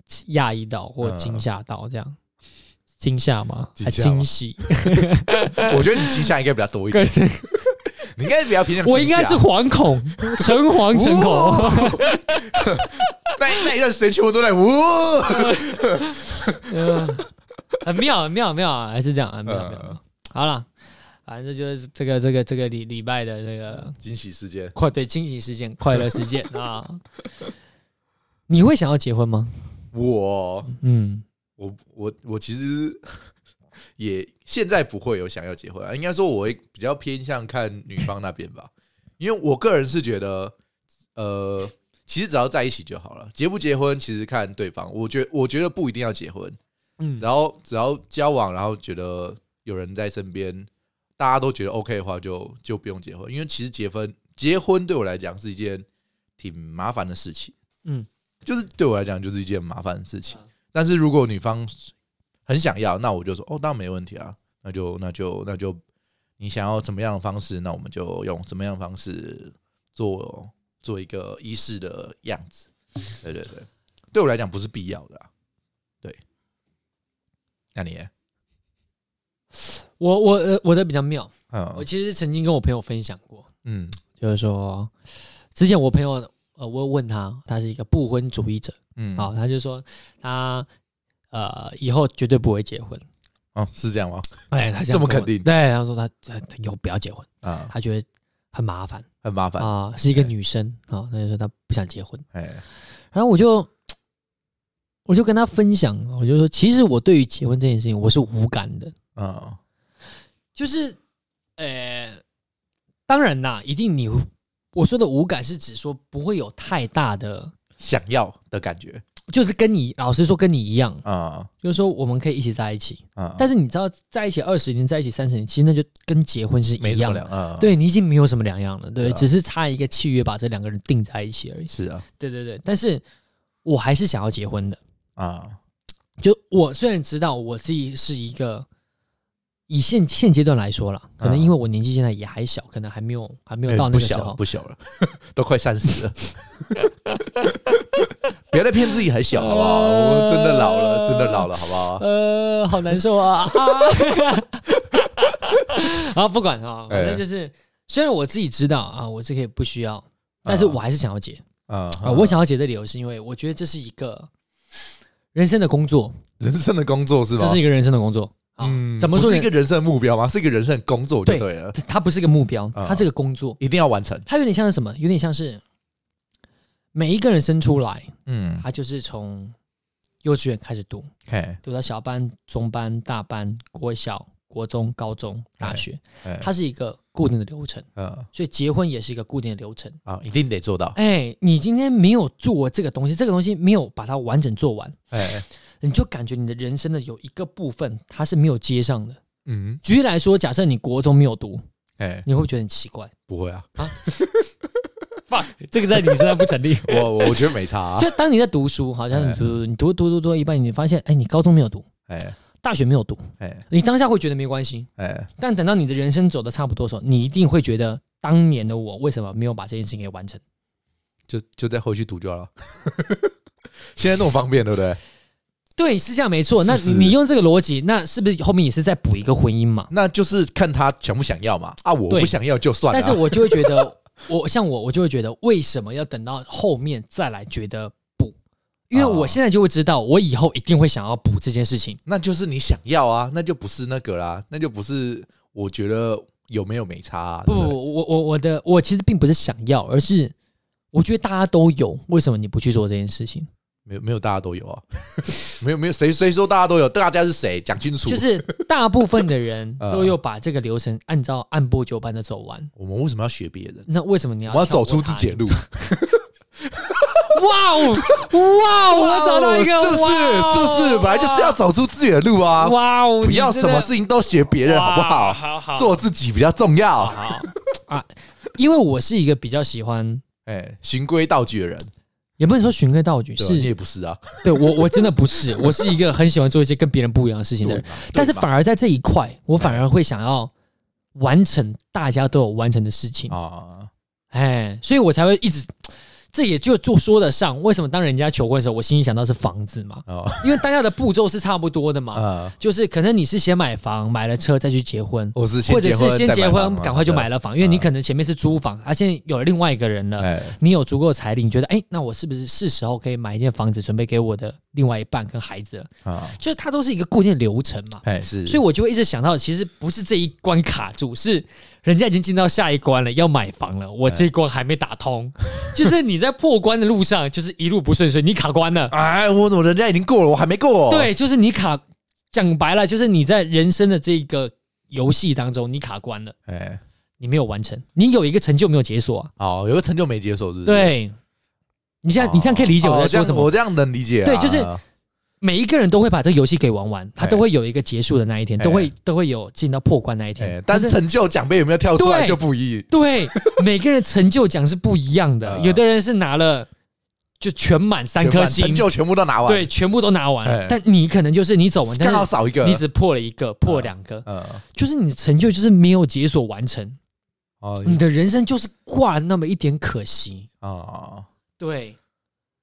[SPEAKER 2] 嘖讶异到或
[SPEAKER 1] 嗯
[SPEAKER 2] 惊吓到这样。惊吓吗？
[SPEAKER 1] 惊
[SPEAKER 2] 还
[SPEAKER 1] 吓吗
[SPEAKER 2] 惊喜？哎
[SPEAKER 1] 我觉得你惊吓应该比较多一点，你应该比较偏向惊吓。
[SPEAKER 2] 我应该是惶恐， 诚惶诚恐。
[SPEAKER 1] 那那一段时间全部都在呜。
[SPEAKER 2] 嗯，很妙，很妙，很妙啊，还是这样，很妙，很
[SPEAKER 1] 嗯
[SPEAKER 2] 妙。好了，反正就是这个这个这个礼礼拜的这个
[SPEAKER 1] 惊喜事件，
[SPEAKER 2] 快对惊喜事件、快乐事件 啊。你会想要结婚吗？
[SPEAKER 1] 我
[SPEAKER 2] 嗯，
[SPEAKER 1] 我我我其实 也现在不会有想要结婚啊，应该说我会比较偏向看女方那边吧，因为我个人是觉得，呃，其实只要在一起就好了，结不结婚其实看对方，我觉我觉得不一定要结婚，
[SPEAKER 2] 嗯
[SPEAKER 1] 只要只要交往，然后觉得有人在身边，大家都觉得 OK 的话就，就不用结婚，因为其实结婚结婚对我来讲是一件挺麻烦的事情，
[SPEAKER 2] 嗯，
[SPEAKER 1] 就是对我来讲就是一件麻烦的事情。但是如果女方很想要，那我就说哦，当然没问题啊，那就那就那就你想要怎么样的方式，那我们就用怎么样的方式做做一个仪式的样子。对对对，对我来讲不是必要的、啊。对，那你呢
[SPEAKER 2] 我我呃我的比较妙，我
[SPEAKER 1] 嗯
[SPEAKER 2] 其实曾经跟我朋友分享过，
[SPEAKER 1] 嗯
[SPEAKER 2] 就是说之前我朋友呃，我有问他，他是一个不婚主义者，
[SPEAKER 1] 嗯，
[SPEAKER 2] 好，他就说他呃以后绝对不会结婚，
[SPEAKER 1] 哦，是这样吗？
[SPEAKER 2] 哎，他
[SPEAKER 1] 这
[SPEAKER 2] 样
[SPEAKER 1] 么
[SPEAKER 2] 跟我
[SPEAKER 1] 肯定
[SPEAKER 2] 对，他说他他他以后不要结婚，
[SPEAKER 1] 啊，
[SPEAKER 2] 他觉得很麻烦
[SPEAKER 1] 很麻烦，
[SPEAKER 2] 啊、是一个
[SPEAKER 1] 对
[SPEAKER 2] 女生啊，那就说她不想结婚。
[SPEAKER 1] 哎，
[SPEAKER 2] 然后我就我就跟他分享，我就说，其实我对于结婚这件事情我是无感的，
[SPEAKER 1] 嗯
[SPEAKER 2] 就是呃，当然啦，一定你我说的无感是指说不会有太大的，
[SPEAKER 1] 想要的感觉
[SPEAKER 2] 就是跟你老实说跟你一样，
[SPEAKER 1] 啊
[SPEAKER 2] 就是说我们可以一起在一起，
[SPEAKER 1] 啊，
[SPEAKER 2] 嗯但
[SPEAKER 1] 是
[SPEAKER 2] 是你知道在一起二十年，在一起三十年，其实那就跟结婚是
[SPEAKER 1] 没
[SPEAKER 2] 一
[SPEAKER 1] 什
[SPEAKER 2] 样
[SPEAKER 1] 么
[SPEAKER 2] 的
[SPEAKER 1] 两。啊，，
[SPEAKER 2] 对你已经没有什么两样了，对，
[SPEAKER 1] 对啊
[SPEAKER 2] 只是差一个契约把这两个人定在一起而已。
[SPEAKER 1] 是啊
[SPEAKER 2] 对对对，但是我还是想要结婚的。
[SPEAKER 1] 啊，
[SPEAKER 2] 就我虽然知道我自己是一个，以现现阶段来说啦，可能因为我年纪现在也还小，可能还没有还没有
[SPEAKER 1] 嗯哎
[SPEAKER 2] 到那
[SPEAKER 1] 不
[SPEAKER 2] 个时
[SPEAKER 1] 小
[SPEAKER 2] 候
[SPEAKER 1] 了，。不小了， 都快三十了， 别再骗自己还小好不好？
[SPEAKER 2] 呃
[SPEAKER 1] 我真的老了，真的老了好不好？嗯
[SPEAKER 2] 呃，好难受啊！ 啊，不管啊，反
[SPEAKER 1] 哎
[SPEAKER 2] 正就是，虽然我自己知道啊，我这个也不需要，但是我还是想要结
[SPEAKER 1] 啊
[SPEAKER 2] 啊、我想要结的理由是因为我觉得这是一个人生的工作，
[SPEAKER 1] 人生的工作是
[SPEAKER 2] 这
[SPEAKER 1] 吧嗯
[SPEAKER 2] 是？一个人生的工作啊。怎么
[SPEAKER 1] 不
[SPEAKER 2] 说
[SPEAKER 1] 是
[SPEAKER 2] 呢
[SPEAKER 1] 一个？人生的目标吗？是一个人生的工作就
[SPEAKER 2] 对
[SPEAKER 1] 对了，
[SPEAKER 2] 它不是一个目标，
[SPEAKER 1] 啊
[SPEAKER 2] 它是一个工作。
[SPEAKER 1] 一定要完成。
[SPEAKER 2] 它有点像是什么？有点像是每一个人生出来，
[SPEAKER 1] 嗯，
[SPEAKER 2] 他就是从幼稚园开始读，
[SPEAKER 1] 嘿，
[SPEAKER 2] 读到小班、中班、大班、国小、国中、高中、大学，
[SPEAKER 1] 嘿
[SPEAKER 2] 它是一个固定的流程。
[SPEAKER 1] 嗯
[SPEAKER 2] 所以结婚也是一个固定的流程。
[SPEAKER 1] 啊，一定得做到。
[SPEAKER 2] 哎，你今天没有做这个东西，这个东西没有把它完整做完，
[SPEAKER 1] 哎，
[SPEAKER 2] 你就感觉你的人生的有一个部分它是没有接上的。
[SPEAKER 1] 嗯，
[SPEAKER 2] 举例来说，假设你国中没有读，
[SPEAKER 1] 哎，
[SPEAKER 2] 你会不会觉得很奇怪？
[SPEAKER 1] 不会啊，
[SPEAKER 2] 这个在你身上不成立。
[SPEAKER 1] 我我觉得没差啊。
[SPEAKER 2] 就当你在读书，好像你
[SPEAKER 1] 哎
[SPEAKER 2] 读你读读读读到一半，你发现哎，你高中没有读，
[SPEAKER 1] 哎
[SPEAKER 2] 大学没有读，
[SPEAKER 1] 哎
[SPEAKER 2] 你当下会觉得没关系，
[SPEAKER 1] 哎，
[SPEAKER 2] 但等到你的人生走的差不多的时候，你一定会觉得当年的我为什么没有把这件事情给完成？
[SPEAKER 1] 就就再回去读就好了。 现在那么方便，对不对？
[SPEAKER 2] 对，是这样没错。那
[SPEAKER 1] 是是
[SPEAKER 2] 你用这个逻辑，那是不是后面也是在补一个婚姻 嘛？
[SPEAKER 1] 那就是看他想不想要嘛。啊，我
[SPEAKER 2] 对
[SPEAKER 1] 不想要就算了
[SPEAKER 2] 但
[SPEAKER 1] 啊。
[SPEAKER 2] 是我就会觉得，我像我，我就会觉得为什么要等到后面再来觉得补？因为我
[SPEAKER 1] 哦
[SPEAKER 2] 现在就会知道，我以后一定会想要补这件事情。
[SPEAKER 1] 那就是你想要啊，那就不是那个啦，那就不是我觉得有没有没差、啊。
[SPEAKER 2] 不
[SPEAKER 1] 对
[SPEAKER 2] 不，
[SPEAKER 1] 对，
[SPEAKER 2] 我我我的我其实并不是想要，而是我觉得大家都有，为什么你不去做这件事情？
[SPEAKER 1] 没有没有，大家都有啊， 没有没有谁谁说大家都有，大家是谁讲清楚？
[SPEAKER 2] 就是大部分的 人
[SPEAKER 1] 呃
[SPEAKER 2] 都有把这个流程按照按部就班的走完。
[SPEAKER 1] 我们为什么要学别人？
[SPEAKER 2] 那为什么你
[SPEAKER 1] 我
[SPEAKER 2] 要
[SPEAKER 1] 们要走出自己
[SPEAKER 2] 己
[SPEAKER 1] 的路。
[SPEAKER 2] 哇哦，哇哦，我找到一个，哦
[SPEAKER 1] 是不是？哦是不是？本来就是要走出自己的路啊！
[SPEAKER 2] 哇哦，
[SPEAKER 1] 不要什么事情都学别人，好不好？
[SPEAKER 2] 好好
[SPEAKER 1] 做自己比较重要。
[SPEAKER 2] 好啊，因为我是一个比较喜欢，
[SPEAKER 1] 哎，循规蹈矩的人，
[SPEAKER 2] 也不能说循规蹈矩，
[SPEAKER 1] 对吧你也
[SPEAKER 2] 是
[SPEAKER 1] 不是啊，
[SPEAKER 2] 对我我真的不是，我是一个很喜欢做一些跟别人不一样的事 情的人
[SPEAKER 1] 对，嘛
[SPEAKER 2] 但是
[SPEAKER 1] 对嘛
[SPEAKER 2] 反而在这一块，我反而会想要完成大家都有完成的事情。
[SPEAKER 1] 啊，
[SPEAKER 2] 哎，所以我才会一直，这也就就说得上为什么当人家求婚的时候，我心里想到是房子嘛，
[SPEAKER 1] 哦，
[SPEAKER 2] 因为大家的步骤是差不多的 嘛，
[SPEAKER 1] 啊，
[SPEAKER 2] 就是可能你是先买房，买了车再去结婚，
[SPEAKER 1] 我是
[SPEAKER 2] 或者是哦先结婚赶快就买
[SPEAKER 1] 了，
[SPEAKER 2] 了房，因为你
[SPEAKER 1] 嗯
[SPEAKER 2] 可能前面是租房，啊，现在有了另外一个人了。
[SPEAKER 1] 哎，
[SPEAKER 2] 你有足够的财力，你觉得哎、那我是不是是时候可以买一间房子，准备给我的另外一半跟孩子了？
[SPEAKER 1] 啊，
[SPEAKER 2] 就是它都是一个固定的流程嘛。
[SPEAKER 1] 哎是，
[SPEAKER 2] 所以我就会一直想到，其实不是这一关卡住，是人家已经进到下一关了，要买房了，我这一关还没打通， 就是你在破关的路上，就是一路不顺遂，你卡关了。
[SPEAKER 1] 哎，我怎么人家已经过了，我还没过？，哦
[SPEAKER 2] 对，就是你卡，讲白了，就是你在人生的这个游戏当中，你卡关了，
[SPEAKER 1] 哎，
[SPEAKER 2] 你没有完成，你有一个成就没有解锁啊、
[SPEAKER 1] 好，有个成就没接受，是不是？
[SPEAKER 2] 对，你这样，你这样可以理解我在
[SPEAKER 1] 哦这
[SPEAKER 2] 说
[SPEAKER 1] 样
[SPEAKER 2] 什么。
[SPEAKER 1] 我这样能理解啊。
[SPEAKER 2] 对就是每一个人都会把这个游戏给玩完，他
[SPEAKER 1] 哎
[SPEAKER 2] 都会有一个结束的那一天，
[SPEAKER 1] 哎
[SPEAKER 2] 都会都会有进到破关那一
[SPEAKER 1] 哎
[SPEAKER 2] 天。，
[SPEAKER 1] 但
[SPEAKER 2] 可
[SPEAKER 1] 是成就奖杯有没有跳出来
[SPEAKER 2] 对
[SPEAKER 1] 就不一。
[SPEAKER 2] 对，每个人成就奖是不一样 的，
[SPEAKER 1] 呃
[SPEAKER 2] 有的人是拿了就全满三颗
[SPEAKER 1] 全部
[SPEAKER 2] 星
[SPEAKER 1] 成，就全部都拿完，
[SPEAKER 2] 对，，全部都拿完了
[SPEAKER 1] 哎，
[SPEAKER 2] 但你可能就是你走完，
[SPEAKER 1] 刚好
[SPEAKER 2] 但是
[SPEAKER 1] 少一个。
[SPEAKER 2] 你只破了一个，破了两个，
[SPEAKER 1] 呃
[SPEAKER 2] 就是你的成就就是没有解锁完成，
[SPEAKER 1] 哦
[SPEAKER 2] 你的人生就是挂那么一点可惜。
[SPEAKER 1] 哦，
[SPEAKER 2] 对，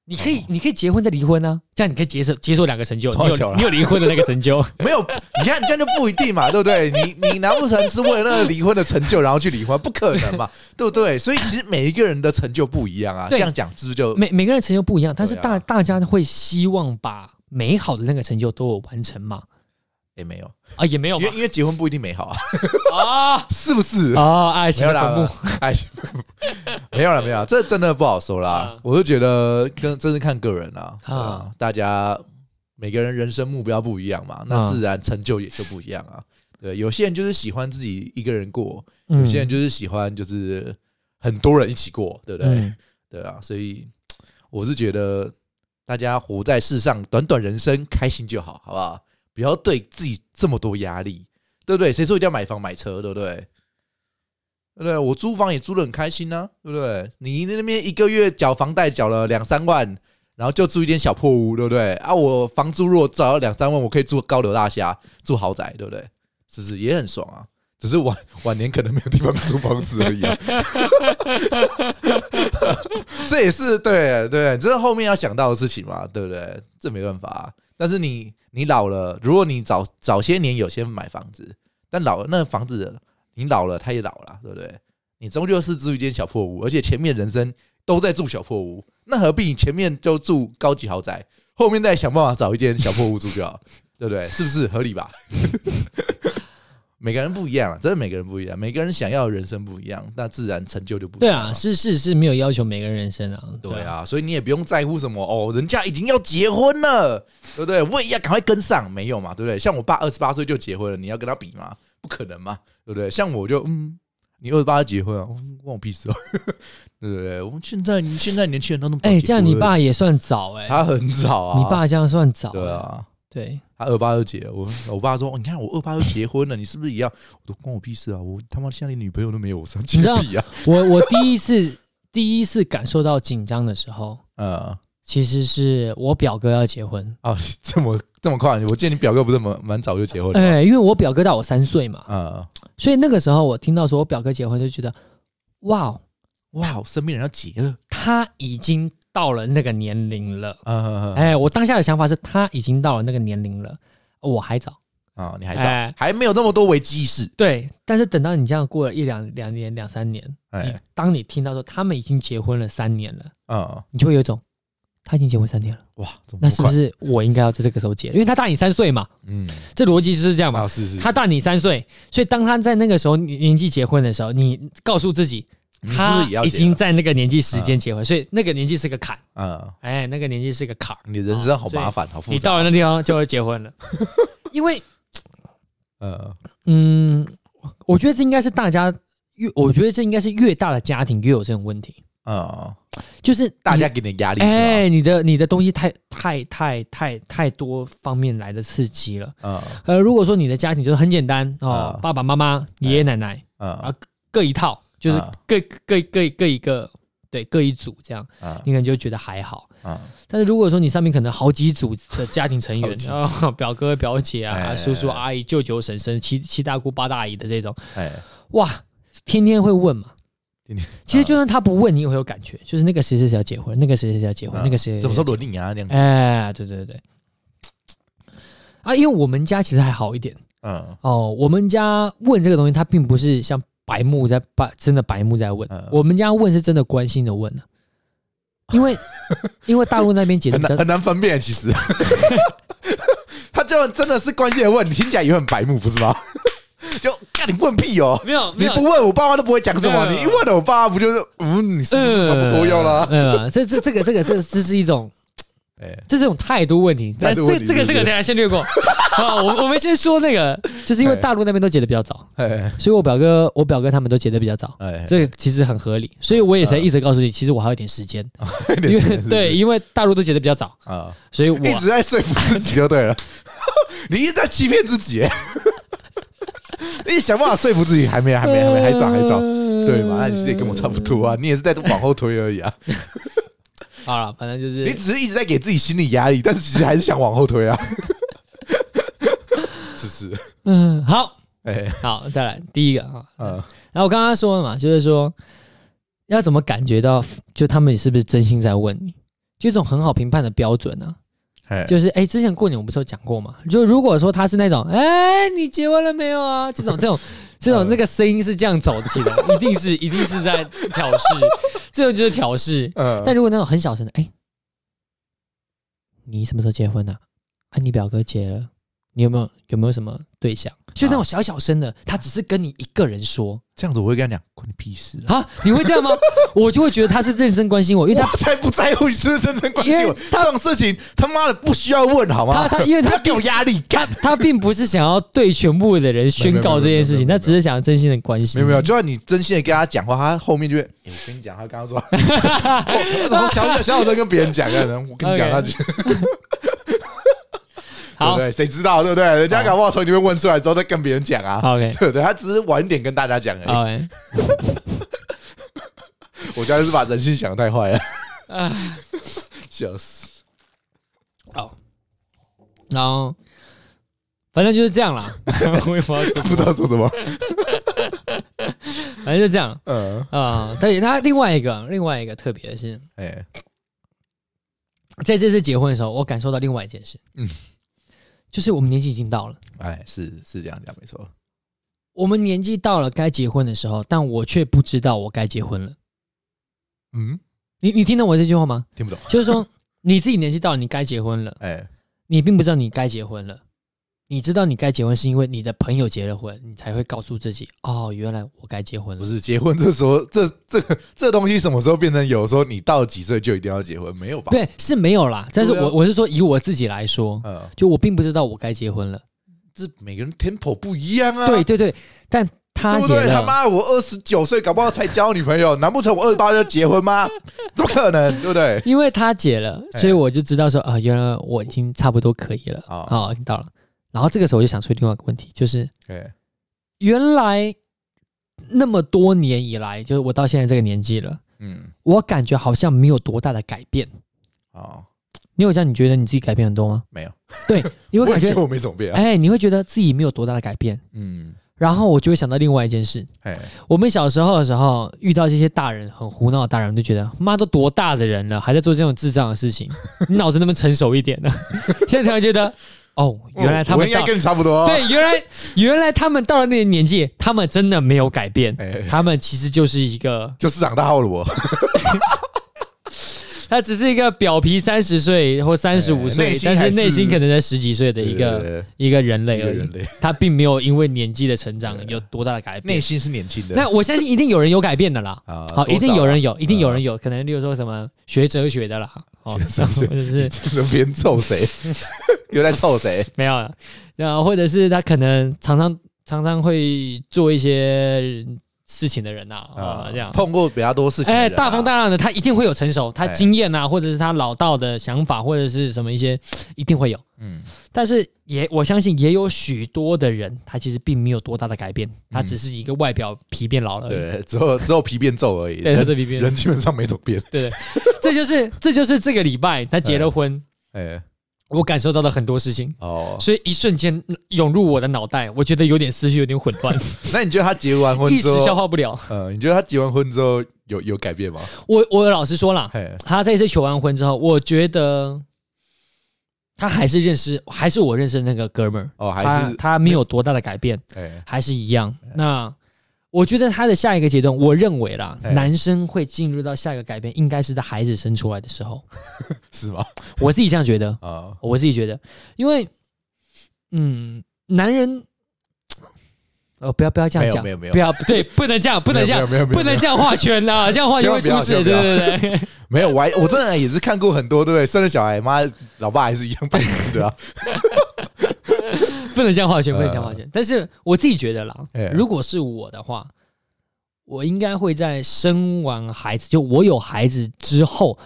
[SPEAKER 2] 你可以，你可以结婚再离婚啊，这样你可以解锁解锁两个成就，你
[SPEAKER 1] 超小
[SPEAKER 2] 有
[SPEAKER 1] 啦
[SPEAKER 2] 你有离婚的那个成 就，
[SPEAKER 1] 没有，你看这样就不一定嘛，对不对？你你难不成是为了那个离婚的成就然后去离婚？不可能嘛， 对不对？所以其实每一个人的成就不一样啊。这
[SPEAKER 2] 对
[SPEAKER 1] 样讲是不是就
[SPEAKER 2] 每每个人成就不一样，但是
[SPEAKER 1] 对啊
[SPEAKER 2] 大大家会希望把美好的那个成就都有完成嘛？
[SPEAKER 1] 也哎没有？
[SPEAKER 2] 啊，也没有
[SPEAKER 1] 因
[SPEAKER 2] 嘛
[SPEAKER 1] 为因为结婚不一定美好啊，
[SPEAKER 2] 啊。
[SPEAKER 1] 是不 是？
[SPEAKER 2] 哦，爱
[SPEAKER 1] 没
[SPEAKER 2] 情
[SPEAKER 1] 有
[SPEAKER 2] 的坟墓
[SPEAKER 1] 啦，哎， 没有啦，没有啦，这真的不好说啦
[SPEAKER 2] 啊。
[SPEAKER 1] 我就觉得跟真是看个人啊，
[SPEAKER 2] 啊
[SPEAKER 1] 啊，大家每个人人生目标不一样嘛，那
[SPEAKER 2] 啊
[SPEAKER 1] 自然成就也就不一样啊。对，有些人就是喜欢自己一个人过，有
[SPEAKER 2] 嗯
[SPEAKER 1] 些人就是喜欢就是很多人一起过，对不对？
[SPEAKER 2] 嗯
[SPEAKER 1] 对啊，所以我是觉得大家活在世上，短短人生，开心就好，好不好？不要对自己这么多压力，对不对？谁说一定要买房买车，对不对？对不对？我租房也租的很开心呢、对不对？你那边一个月缴房贷缴了两三万，然后就住一间小破屋，对不对？啊，我房租如果找到两三万，我可以住高楼大厦，住豪宅，对不对？是不是也很爽啊？只是晚晚年可能没有地方租房子而已、啊。 这也是对对，这是后面要想到的事情嘛，对不对？这没办法啊、但是你你老了，如果你早早些年有先买房子，但老了那房子你老了，他也老了，对不对？你终究是住一间小破屋，而且前面人生都在住小破屋，那何必前面就住高级豪宅，后面再想办法找一间小破屋住就好，对不对？是不是合理吧？ 每个人不一样啊，真的每个人不一样，每个人想要的人生不一样，那自然成就就不一
[SPEAKER 2] 对
[SPEAKER 1] 样啊
[SPEAKER 2] 啊，是是是没有要求每个人人生啊，
[SPEAKER 1] 对，啊，所以你也不用在乎什么哦，人家已经要结婚了，对不对？我也要赶快跟上，没有嘛，对不对？像我爸二十八岁就结婚了，你要跟他比吗？不可能嘛，对不对？像我就嗯，你二十八结婚啊，嗯关我屁事哦， 对不对？我们现在你现在年轻人都那么早
[SPEAKER 2] 哎，
[SPEAKER 1] 结
[SPEAKER 2] 这样你
[SPEAKER 1] 婚
[SPEAKER 2] 爸也算早哎，
[SPEAKER 1] 他很早啊，
[SPEAKER 2] 你爸这样算早，
[SPEAKER 1] 对，啊，
[SPEAKER 2] 对，
[SPEAKER 1] 他二八就结了，我我爸说，哦你看我二八就结婚了，你是不是也要？我说关我屁事啊，我他妈现在连女朋友都没有，我上去
[SPEAKER 2] 你知道
[SPEAKER 1] 比啊，
[SPEAKER 2] 我我第一次 第一次感受到紧张的时候，
[SPEAKER 1] 呃。
[SPEAKER 2] 其实是我表哥要结婚，
[SPEAKER 1] 啊，这么这么快？我见你表哥不是蛮蛮早就结婚了吗？
[SPEAKER 2] 哎，因为我表哥大我三岁嘛，
[SPEAKER 1] 呃，
[SPEAKER 2] 所以那个时候我听到说我表哥结婚，就觉得哇，
[SPEAKER 1] 哇，身边人要结了，
[SPEAKER 2] 他已经到了那个年龄了。
[SPEAKER 1] 啊
[SPEAKER 2] 哎，我当下的想法是他已经到了那个年龄了，哦我还早。
[SPEAKER 1] 啊，你还早，
[SPEAKER 2] 哎
[SPEAKER 1] 还没有那么多危机意识，
[SPEAKER 2] 对，但是等到你这样过了一两两年、两三年，你
[SPEAKER 1] 哎，
[SPEAKER 2] 当你听到说他们已经结婚了三年了，
[SPEAKER 1] 嗯，
[SPEAKER 2] 你就会有一种他已经结婚三年了，
[SPEAKER 1] 哇，怎么
[SPEAKER 2] 那
[SPEAKER 1] 么
[SPEAKER 2] 是不
[SPEAKER 1] 快？
[SPEAKER 2] 是我应该要在这个时候结？因为他大你三岁嘛，
[SPEAKER 1] 嗯，
[SPEAKER 2] 这逻辑就是这样嘛。
[SPEAKER 1] 啊，是是，
[SPEAKER 2] 他大你三岁，所以当他在那个时候你年纪结婚的时候，你告诉自己，
[SPEAKER 1] 你是不
[SPEAKER 2] 他
[SPEAKER 1] 是也要
[SPEAKER 2] 已
[SPEAKER 1] 结
[SPEAKER 2] 经
[SPEAKER 1] 了，啊
[SPEAKER 2] 在那个年纪时间结婚，所以那个年纪是个坎，
[SPEAKER 1] 嗯，
[SPEAKER 2] 哎，那个年纪是个坎儿。
[SPEAKER 1] 你人生好
[SPEAKER 2] 哦所以
[SPEAKER 1] 麻烦，好复
[SPEAKER 2] 你
[SPEAKER 1] 杂，
[SPEAKER 2] 到了那地方就会结婚 了，因为
[SPEAKER 1] 嗯，
[SPEAKER 2] 嗯，我觉得这应该是大家越，我觉得这应该是越大的家庭越有这种问题。
[SPEAKER 1] 啊嗯，
[SPEAKER 2] 就是
[SPEAKER 1] 大
[SPEAKER 2] 你
[SPEAKER 1] 家给你的压力是
[SPEAKER 2] 哎、
[SPEAKER 1] 吧？
[SPEAKER 2] 你的你的东西太太太太太多方面来的刺激了。
[SPEAKER 1] 嗯
[SPEAKER 2] 呃，如果说你的家庭就是很简单哦，
[SPEAKER 1] 啊
[SPEAKER 2] 爸爸妈妈、爷爷奶奶
[SPEAKER 1] 嗯
[SPEAKER 2] 各一套，就是
[SPEAKER 1] 啊
[SPEAKER 2] 各、各各各一个，对，各一组这样，
[SPEAKER 1] 嗯
[SPEAKER 2] 你可能就觉得还好。
[SPEAKER 1] 嗯，
[SPEAKER 2] 但是如果说你上面可能好几组的家庭成
[SPEAKER 1] 好
[SPEAKER 2] 员
[SPEAKER 1] 几，
[SPEAKER 2] 然后表哥表姐啊、
[SPEAKER 1] 哎
[SPEAKER 2] 叔叔阿姨、舅舅婶婶、七七大姑八大姨的这种，
[SPEAKER 1] 哎，嗯
[SPEAKER 2] 哇，天天会问嘛。
[SPEAKER 1] 天天
[SPEAKER 2] 其实就算他不问，你也会有感觉，就是那个谁谁谁要结婚，那个谁谁谁要结婚，那个谁谁谁
[SPEAKER 1] 啊怎么说
[SPEAKER 2] 要结婚
[SPEAKER 1] 轮你啊？那样，
[SPEAKER 2] 哎，对对对，啊，因为我们家其实还好一点
[SPEAKER 1] 嗯
[SPEAKER 2] 哦。我们家问这个东西，他并不是像白目在白真的白目在问，
[SPEAKER 1] 嗯
[SPEAKER 2] 我们家问是真的关心的问呢、因 为因为大陆那边结的
[SPEAKER 1] 很
[SPEAKER 2] 比较
[SPEAKER 1] 难很难分辨，其实。他这样真的是关系的问，你听起来也很白目，不是吗？ 就干你问屁哦！
[SPEAKER 2] 没有没
[SPEAKER 1] 你
[SPEAKER 2] 有
[SPEAKER 1] 不问我爸妈都不会讲什么，
[SPEAKER 2] 没有
[SPEAKER 1] 你一问了我爸妈不就是嗯，你是不是差不多要啦？
[SPEAKER 2] 嗯，嗯这这这个这个这这是一种。
[SPEAKER 1] 哎，
[SPEAKER 2] 这是一种态度问题，
[SPEAKER 1] 态
[SPEAKER 2] 但这
[SPEAKER 1] 度问
[SPEAKER 2] 个
[SPEAKER 1] 题
[SPEAKER 2] 这个
[SPEAKER 1] 是不
[SPEAKER 2] 这
[SPEAKER 1] 是
[SPEAKER 2] 个，等一下先 略过。啊，我我们先说那个，就是因为
[SPEAKER 1] 哎
[SPEAKER 2] 大陆那边都结的比较早，
[SPEAKER 1] 哎
[SPEAKER 2] 所以我表哥我表哥他们都结的比较早，
[SPEAKER 1] 哎，
[SPEAKER 2] 这个其实很合理，所以我也才一直告诉你，其实我还有点时 间，
[SPEAKER 1] 哎
[SPEAKER 2] 因为对，因为大陆都结的比较早，
[SPEAKER 1] 啊，
[SPEAKER 2] 所以我
[SPEAKER 1] 一直在说服自己就对了， 你一直在欺骗自己， 你想办法说服自己，还没，还没，还没，还早，还早，对嘛？那你其实也跟我差不多啊，你也是在往后推而已啊，
[SPEAKER 2] 好了，反正就
[SPEAKER 1] 你
[SPEAKER 2] 是
[SPEAKER 1] 只是一直在给自己心理压力，但是其实还是想往后推啊， 是不是？
[SPEAKER 2] 嗯，好
[SPEAKER 1] 哎，
[SPEAKER 2] 好，再来第一个啊，
[SPEAKER 1] 嗯
[SPEAKER 2] 然后我刚刚说了嘛，就是说要怎么感觉到，就他们是不是真心在问你，就一种很好评判的标准啊呢、
[SPEAKER 1] 哎，
[SPEAKER 2] 就是哎、之前过年我不是有讲过嘛？就如果说他是那种哎、你结婚了没有啊？这种这种这种那个声音是这样走起的，一定是 一定是在挑事，这种就是挑事。
[SPEAKER 1] 嗯
[SPEAKER 2] 但如果那种很小声的，哎、你什么时候结婚呢、啊？你表哥结了，你有没有有没有什么对象？就那种小小声的，他只是跟你一个人说
[SPEAKER 1] 这样子我会跟他讲，关你屁事啊！
[SPEAKER 2] 啊，你会这样吗？我就会觉得他是认真关心我，因为他
[SPEAKER 1] 我才不在乎你是不是真正关心
[SPEAKER 2] 因
[SPEAKER 1] 我
[SPEAKER 2] 为，
[SPEAKER 1] 这种事情他妈的不需要问好吗？
[SPEAKER 2] 他他因为他
[SPEAKER 1] 给我压力
[SPEAKER 2] 他
[SPEAKER 1] 干。
[SPEAKER 2] 他并不是想要对全部的人宣告这件事情，
[SPEAKER 1] 没有没有没有没有
[SPEAKER 2] 他只是想要真心的关心。
[SPEAKER 1] 没有没有，就算你真心的跟他讲话，他后面就会，欸我跟你讲，他 刚刚说，我怎么小小小声跟别人讲的人，我跟你讲，
[SPEAKER 2] OK
[SPEAKER 1] 他就对不
[SPEAKER 2] 好
[SPEAKER 1] 对？谁知道对不对？人家搞不好从里面问出来之后再跟别人讲啊，
[SPEAKER 2] 好，OK，
[SPEAKER 1] 对不对？他只是晚一点跟大家讲而已。
[SPEAKER 2] 好哎，
[SPEAKER 1] 我觉得是把人性想得太坏了，
[SPEAKER 2] 啊
[SPEAKER 1] 笑死。
[SPEAKER 2] 好，然后反正就是这样 啦，我也不知道说什
[SPEAKER 1] 不知
[SPEAKER 2] 么，
[SPEAKER 1] 道说什 么，
[SPEAKER 2] 反正就这样
[SPEAKER 1] 嗯，
[SPEAKER 2] 啊。对，那另外一个另外一个特别的是，
[SPEAKER 1] 哎，
[SPEAKER 2] 在这次结婚的时候，我感受到另外一件事，
[SPEAKER 1] 嗯
[SPEAKER 2] 嗯，就是我们年纪已经到了。
[SPEAKER 1] 哎，是是这样讲，没错。
[SPEAKER 2] 我们年纪到了该结婚的时候，但我却不知道我该结婚了。
[SPEAKER 1] 嗯，
[SPEAKER 2] 你你听懂我这句话吗？
[SPEAKER 1] 听不懂，
[SPEAKER 2] 就是说你自己年纪到了，你该结婚了，
[SPEAKER 1] 哎，
[SPEAKER 2] 你并不知道你该结婚了。你知道你该结婚是因为你的朋友结了婚，你才会告诉自己哦，原来我该结婚
[SPEAKER 1] 不
[SPEAKER 2] 了。
[SPEAKER 1] 是结婚这时候，这这个这东西什么时候变成有说你到几岁就一定要结婚？没有吧？
[SPEAKER 2] 对，是没有啦。但是
[SPEAKER 1] 对啊
[SPEAKER 2] 我我是说以我自己来说，
[SPEAKER 1] 嗯，
[SPEAKER 2] 就我并不知道我该结婚了。
[SPEAKER 1] 这每个人 tempo 不一样啊。
[SPEAKER 2] 对对对，但他
[SPEAKER 1] 对不
[SPEAKER 2] 结
[SPEAKER 1] 对？他
[SPEAKER 2] 了，
[SPEAKER 1] 妈，我二十九岁，搞不好才交女朋友，难不成我二十八就结婚吗？怎么可能，对不对？
[SPEAKER 2] 因为他结了，
[SPEAKER 1] 哎
[SPEAKER 2] 所以我就知道说啊、原来我已经差不多可以了。
[SPEAKER 1] 哦
[SPEAKER 2] 哦，你到了。然后这个时候我就想出另外一个问题，就是
[SPEAKER 1] 对，
[SPEAKER 2] 原来那么多年以来，就是我到现在这个年纪了，
[SPEAKER 1] 嗯，
[SPEAKER 2] 我感觉好像没有多大的改变。
[SPEAKER 1] 哦，
[SPEAKER 2] 你有这样你觉得你自己改变很多吗？
[SPEAKER 1] 没有，
[SPEAKER 2] 对，你
[SPEAKER 1] 我
[SPEAKER 2] 会
[SPEAKER 1] 也
[SPEAKER 2] 感
[SPEAKER 1] 觉
[SPEAKER 2] 觉
[SPEAKER 1] 得我没怎么变啊。
[SPEAKER 2] 哎，你会觉得自己没有多大的改变。
[SPEAKER 1] 嗯，
[SPEAKER 2] 然后我就会想到另外一件事，
[SPEAKER 1] 哎，
[SPEAKER 2] 我们小时候的时候遇到这些大人很胡闹的大人，我们就觉得妈都多大的人了，还在做这种智障的事 情，你脑子能不能成熟一点呢？现在才会觉得哦，原来他
[SPEAKER 1] 我
[SPEAKER 2] 们
[SPEAKER 1] 应
[SPEAKER 2] 到
[SPEAKER 1] 该跟你差不多。，哦
[SPEAKER 2] 对，原来原来他们到了那个年纪，他们真的没有改变，
[SPEAKER 1] 哎，
[SPEAKER 2] 他们其实就是一个
[SPEAKER 1] 就是长大后的我，
[SPEAKER 2] 他只是一个表皮三十岁或三十五
[SPEAKER 1] 哎内
[SPEAKER 2] 岁，
[SPEAKER 1] 心
[SPEAKER 2] 但
[SPEAKER 1] 还
[SPEAKER 2] 是
[SPEAKER 1] 是
[SPEAKER 2] 内心可能在十几岁的一
[SPEAKER 1] 对
[SPEAKER 2] 个
[SPEAKER 1] 对对
[SPEAKER 2] 一个人类而
[SPEAKER 1] 一个
[SPEAKER 2] 已
[SPEAKER 1] 人类，
[SPEAKER 2] 他并没有因为年纪的成长
[SPEAKER 1] 对啊
[SPEAKER 2] 有多大的改
[SPEAKER 1] 内
[SPEAKER 2] 变。
[SPEAKER 1] 心是年轻的。
[SPEAKER 2] 那我相信一定有人有改变的啦，
[SPEAKER 1] 啊
[SPEAKER 2] 好，一定有人有，一定有
[SPEAKER 1] 嗯
[SPEAKER 2] 人有，可能例如说什么学哲学的啦，哦，
[SPEAKER 1] 学哲学
[SPEAKER 2] 或者是
[SPEAKER 1] 这边臭谁， 又在臭谁？
[SPEAKER 2] 没有啊了，然后或者是他可能常常常常会做一些事情的人呐、啊，啊、这样。
[SPEAKER 1] 碰过比较多事情的人啊，
[SPEAKER 2] 哎、大风大浪的他一定会有成熟，他
[SPEAKER 1] 哎
[SPEAKER 2] 经验呐、或者是他老道的想法，或者是什么一些，一定会有。
[SPEAKER 1] 嗯，
[SPEAKER 2] 但是也我相信也有许多的人，他其实并没有多大的改变，他只是一个外表皮变老了而已。
[SPEAKER 1] 对，只有只有皮变皱而已，
[SPEAKER 2] 对，他
[SPEAKER 1] 人
[SPEAKER 2] 是皮变。
[SPEAKER 1] 人基本上没怎 么变，
[SPEAKER 2] 对对，这就是这就是这个礼拜他结了婚，
[SPEAKER 1] 哎，
[SPEAKER 2] 我感受到了很多事情，
[SPEAKER 1] 哦，
[SPEAKER 2] 所以一瞬间涌入我的脑袋，我觉得有点思绪有点混乱，
[SPEAKER 1] 那你觉得他结完婚
[SPEAKER 2] 一
[SPEAKER 1] 之
[SPEAKER 2] 时消
[SPEAKER 1] 后，
[SPEAKER 2] 化不了。
[SPEAKER 1] 呃，你觉得他结完婚之后有有改变吗？
[SPEAKER 2] 我我老实说啦，
[SPEAKER 1] 嘿，
[SPEAKER 2] 他这一次求完婚之后，我觉得他还是认识，还是我认识的那个哥们儿，
[SPEAKER 1] 哦，还
[SPEAKER 2] 他
[SPEAKER 1] 是
[SPEAKER 2] 他没有多大的改变，
[SPEAKER 1] 哎，
[SPEAKER 2] 还是一样。那我觉得他的下一个阶段，我认为啦，
[SPEAKER 1] 哎
[SPEAKER 2] 男生会进入到下一个改变，应该是在孩子生出来的时候，
[SPEAKER 1] 是吗？
[SPEAKER 2] 我自己这样觉得。
[SPEAKER 1] 啊，
[SPEAKER 2] 我自己觉得，因为，嗯，男人，哦，不要不要这
[SPEAKER 1] 没
[SPEAKER 2] 样
[SPEAKER 1] 有
[SPEAKER 2] 讲
[SPEAKER 1] 没，有没有
[SPEAKER 2] 不，要对，不能这样，不能这样，
[SPEAKER 1] 没有没有
[SPEAKER 2] 不能这样画圈啦，这样画圈会
[SPEAKER 1] 千
[SPEAKER 2] 出
[SPEAKER 1] 万不要
[SPEAKER 2] 事，对
[SPEAKER 1] 千万不
[SPEAKER 2] 对对对。
[SPEAKER 1] 没有，我还我真的也是看过很多，对不对？生了小孩，妈，老爸还是一样白痴 的啊。
[SPEAKER 2] 不能这样划圈，不能这样
[SPEAKER 1] 呃
[SPEAKER 2] 划圈。但是我自己觉得啦
[SPEAKER 1] 哎，
[SPEAKER 2] 如果是我的话，我应该会在生完孩子，就我有孩子之后，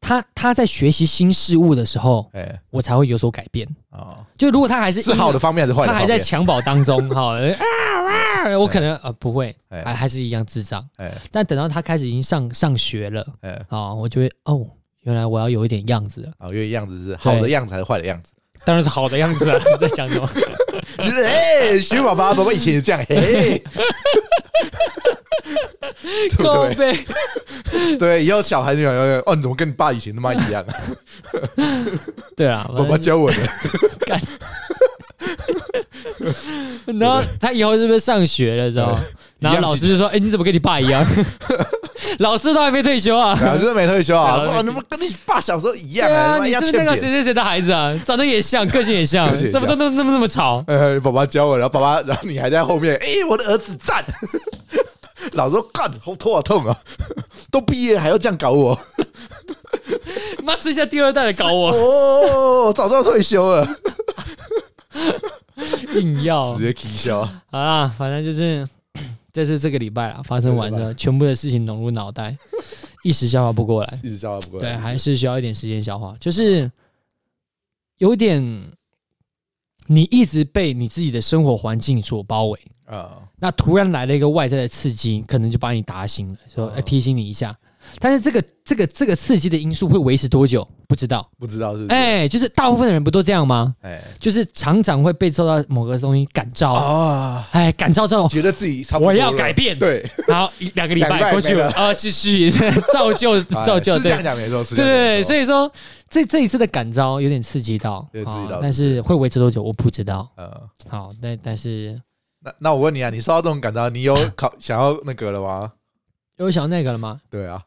[SPEAKER 2] 他他在学习新事物的时候，
[SPEAKER 1] 哎，
[SPEAKER 2] 我才会有所改变。
[SPEAKER 1] 哦，
[SPEAKER 2] 就如果他还是
[SPEAKER 1] 是好的，方面还是坏的
[SPEAKER 2] 他
[SPEAKER 1] 方
[SPEAKER 2] 还
[SPEAKER 1] 面？
[SPEAKER 2] 在襁褓当中，哈啊啊，我可能呃不会，
[SPEAKER 1] 哎
[SPEAKER 2] 还还是一样智障。
[SPEAKER 1] 哎
[SPEAKER 2] 但等到他开始已经上上学了
[SPEAKER 1] 哎，
[SPEAKER 2] 啊，我就会哦。原来我要有一点样子了，
[SPEAKER 1] 啊，因为样子是好的样子还是坏的样子？
[SPEAKER 2] 当然是好的样子啊！ 你在讲什么？
[SPEAKER 1] 就是哎，学爸爸，爸爸以前也这样， 嘿， 对不
[SPEAKER 2] 够
[SPEAKER 1] 对？
[SPEAKER 2] 呗。
[SPEAKER 1] 对，以后小孩就想，哦，你怎么跟你爸以前他妈一样啊？
[SPEAKER 2] 对啊，
[SPEAKER 1] 爸爸教我的，
[SPEAKER 2] 然后他以后是不是上学了，知道
[SPEAKER 1] 嗯
[SPEAKER 2] 吗？然后老师就说：“哎、你怎么跟你爸一样？ 老师都还没退休啊？
[SPEAKER 1] 啊，真的没退休啊！
[SPEAKER 2] 对啊
[SPEAKER 1] 哇，你们跟你爸小时候一
[SPEAKER 2] 对
[SPEAKER 1] 样哎
[SPEAKER 2] 啊，
[SPEAKER 1] 他妈
[SPEAKER 2] 你是
[SPEAKER 1] 一样
[SPEAKER 2] 不是那个
[SPEAKER 1] 欠扁
[SPEAKER 2] 谁谁谁的孩子啊？长得也像，个性也像
[SPEAKER 1] 个性，也
[SPEAKER 2] 怎么都那么那么那么吵？
[SPEAKER 1] 呃，爸爸教我，然后爸爸， 然后你还在后面，哎、我的儿子赞， 老说干，好头好痛啊，都毕业还要这样搞我，
[SPEAKER 2] 妈，生下第二代来搞 我，
[SPEAKER 1] 哦，早知道退休 了，
[SPEAKER 2] 硬要
[SPEAKER 1] 直接踢 笑，
[SPEAKER 2] 好啦，反正就是。” 这是这个礼拜啦，发生完之后，全部的事情融入脑袋， 一时消化不过来。
[SPEAKER 1] 一直笑他不过
[SPEAKER 2] 对，啊
[SPEAKER 1] 来，
[SPEAKER 2] 还是需要一点时间消化，就是有点你一直被你自己的生活环境所包围，
[SPEAKER 1] 啊，
[SPEAKER 2] 那突然来了一个外在的刺激，可能就把你打醒了，说、
[SPEAKER 1] 哦
[SPEAKER 2] 呃、提醒你一下。但是这个这个这个刺激的因素会维持多久？不知道。
[SPEAKER 1] 不知道是不是？哎、
[SPEAKER 2] 哎、就是大部分的人不都这样吗？就是常常会被受到某个东西感召，
[SPEAKER 1] 啊，
[SPEAKER 2] 哎、感召之后，
[SPEAKER 1] 觉得自己差不多
[SPEAKER 2] 我
[SPEAKER 1] 了，
[SPEAKER 2] 要改变。
[SPEAKER 1] 对，
[SPEAKER 2] 然后一两个礼
[SPEAKER 1] 两个礼
[SPEAKER 2] 拜
[SPEAKER 1] 拜
[SPEAKER 2] 过去
[SPEAKER 1] 没
[SPEAKER 2] 了，
[SPEAKER 1] 了
[SPEAKER 2] 啊，继 续照旧 照旧，
[SPEAKER 1] 哎是这
[SPEAKER 2] 对
[SPEAKER 1] 样讲没错，是
[SPEAKER 2] 对对对，所
[SPEAKER 1] 以
[SPEAKER 2] 以说这这一次的感召有点刺激到，
[SPEAKER 1] 有点刺激到
[SPEAKER 2] 啊但是会维持多久我不知道。
[SPEAKER 1] 呃，
[SPEAKER 2] 好，但但是
[SPEAKER 1] 那那我问你啊，你受到这种感 召，你有考想要那个了吗？
[SPEAKER 2] 有想到那个了吗？
[SPEAKER 1] 对啊，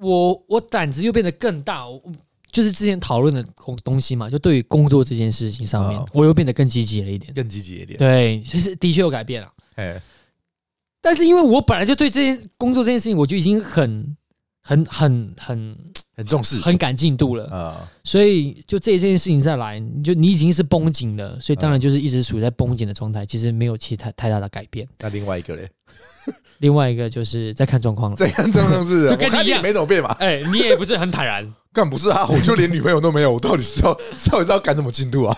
[SPEAKER 2] 我我胆子又变得更大，我就是之前讨论的东东西嘛，就对于工作这件事情上面，
[SPEAKER 1] 哦
[SPEAKER 2] 我又变得更积极了一点。
[SPEAKER 1] 更积极一点，
[SPEAKER 2] 对，啊其实的确有改变了，
[SPEAKER 1] 哎，
[SPEAKER 2] 但是因为我本来就对这件工作这件事情，我就已经很很很很
[SPEAKER 1] 很重视
[SPEAKER 2] 很赶进度了，
[SPEAKER 1] 啊，
[SPEAKER 2] 所以就这件事情再来，你就你已经是绷紧了，所以
[SPEAKER 1] 嗯
[SPEAKER 2] 当然就是一直处在绷紧的状态，其实没有其他太大的改变。
[SPEAKER 1] 那另外一个嘞，
[SPEAKER 2] 另外一个就是在看状况了，
[SPEAKER 1] 这样真的是啊
[SPEAKER 2] 就跟你
[SPEAKER 1] 我看
[SPEAKER 2] 一样
[SPEAKER 1] 没怎么变嘛。
[SPEAKER 2] 哎、你也不是很坦然。
[SPEAKER 1] 干不 是啊，我就连女朋友都没有，我到底是要到底是要赶什么进度啊？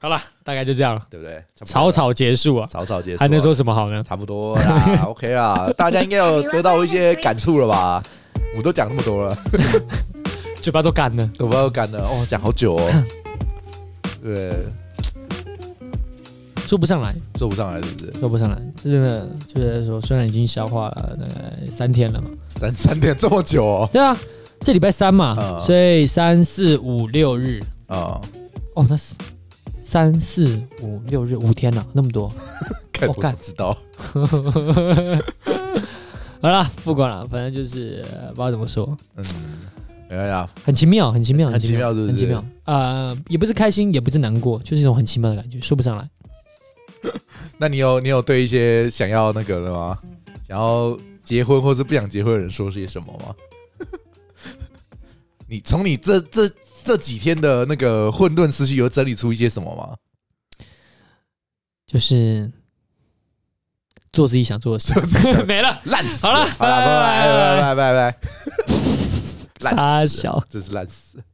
[SPEAKER 2] 好了，大概就这样 了，
[SPEAKER 1] 对不对？
[SPEAKER 2] 草草结束啊，
[SPEAKER 1] 草草结束，
[SPEAKER 2] 还能说什么好呢？
[SPEAKER 1] 差不 多啦？OK 啦，大家应该有得到一些感触了吧？我都讲那么多了，
[SPEAKER 2] 嘴巴都干了。
[SPEAKER 1] 都不要干了哦，讲好久哦。对，
[SPEAKER 2] 说不上来，
[SPEAKER 1] 做不上来是不是？
[SPEAKER 2] 说不上来，真的就是说，虽然已经消化了大概三天了嘛，
[SPEAKER 1] 三三点这么久哦？
[SPEAKER 2] 对啊，这礼拜三嘛，
[SPEAKER 1] 嗯
[SPEAKER 2] 所以三四五六日，
[SPEAKER 1] 啊，
[SPEAKER 2] 哦，那是三四五六日五天了、啊那么多，
[SPEAKER 1] 看
[SPEAKER 2] 我
[SPEAKER 1] 我
[SPEAKER 2] 哦干
[SPEAKER 1] 干知道，
[SPEAKER 2] 好啦，不管了，反正就是、呃不知道怎么说，
[SPEAKER 1] 嗯，没关系啊，
[SPEAKER 2] 很奇妙，很奇妙，
[SPEAKER 1] 很奇妙是不是
[SPEAKER 2] 很奇妙，呃，也不是开心，也不是难过，就是一种很奇妙的感觉，说不上来。
[SPEAKER 1] 那你有你有对一些想要那个的吗？想要结婚或是不想结婚的人说些什么吗？ 你从你这这这几天的那个混沌思绪，有整理出一些什么吗？
[SPEAKER 2] 就是做自己想做的 事，没了。
[SPEAKER 1] 烂死！
[SPEAKER 2] 好了
[SPEAKER 1] 好了，拜拜拜拜拜拜拜，烂
[SPEAKER 2] 傻
[SPEAKER 1] 死
[SPEAKER 2] 小
[SPEAKER 1] 了，真是烂死了。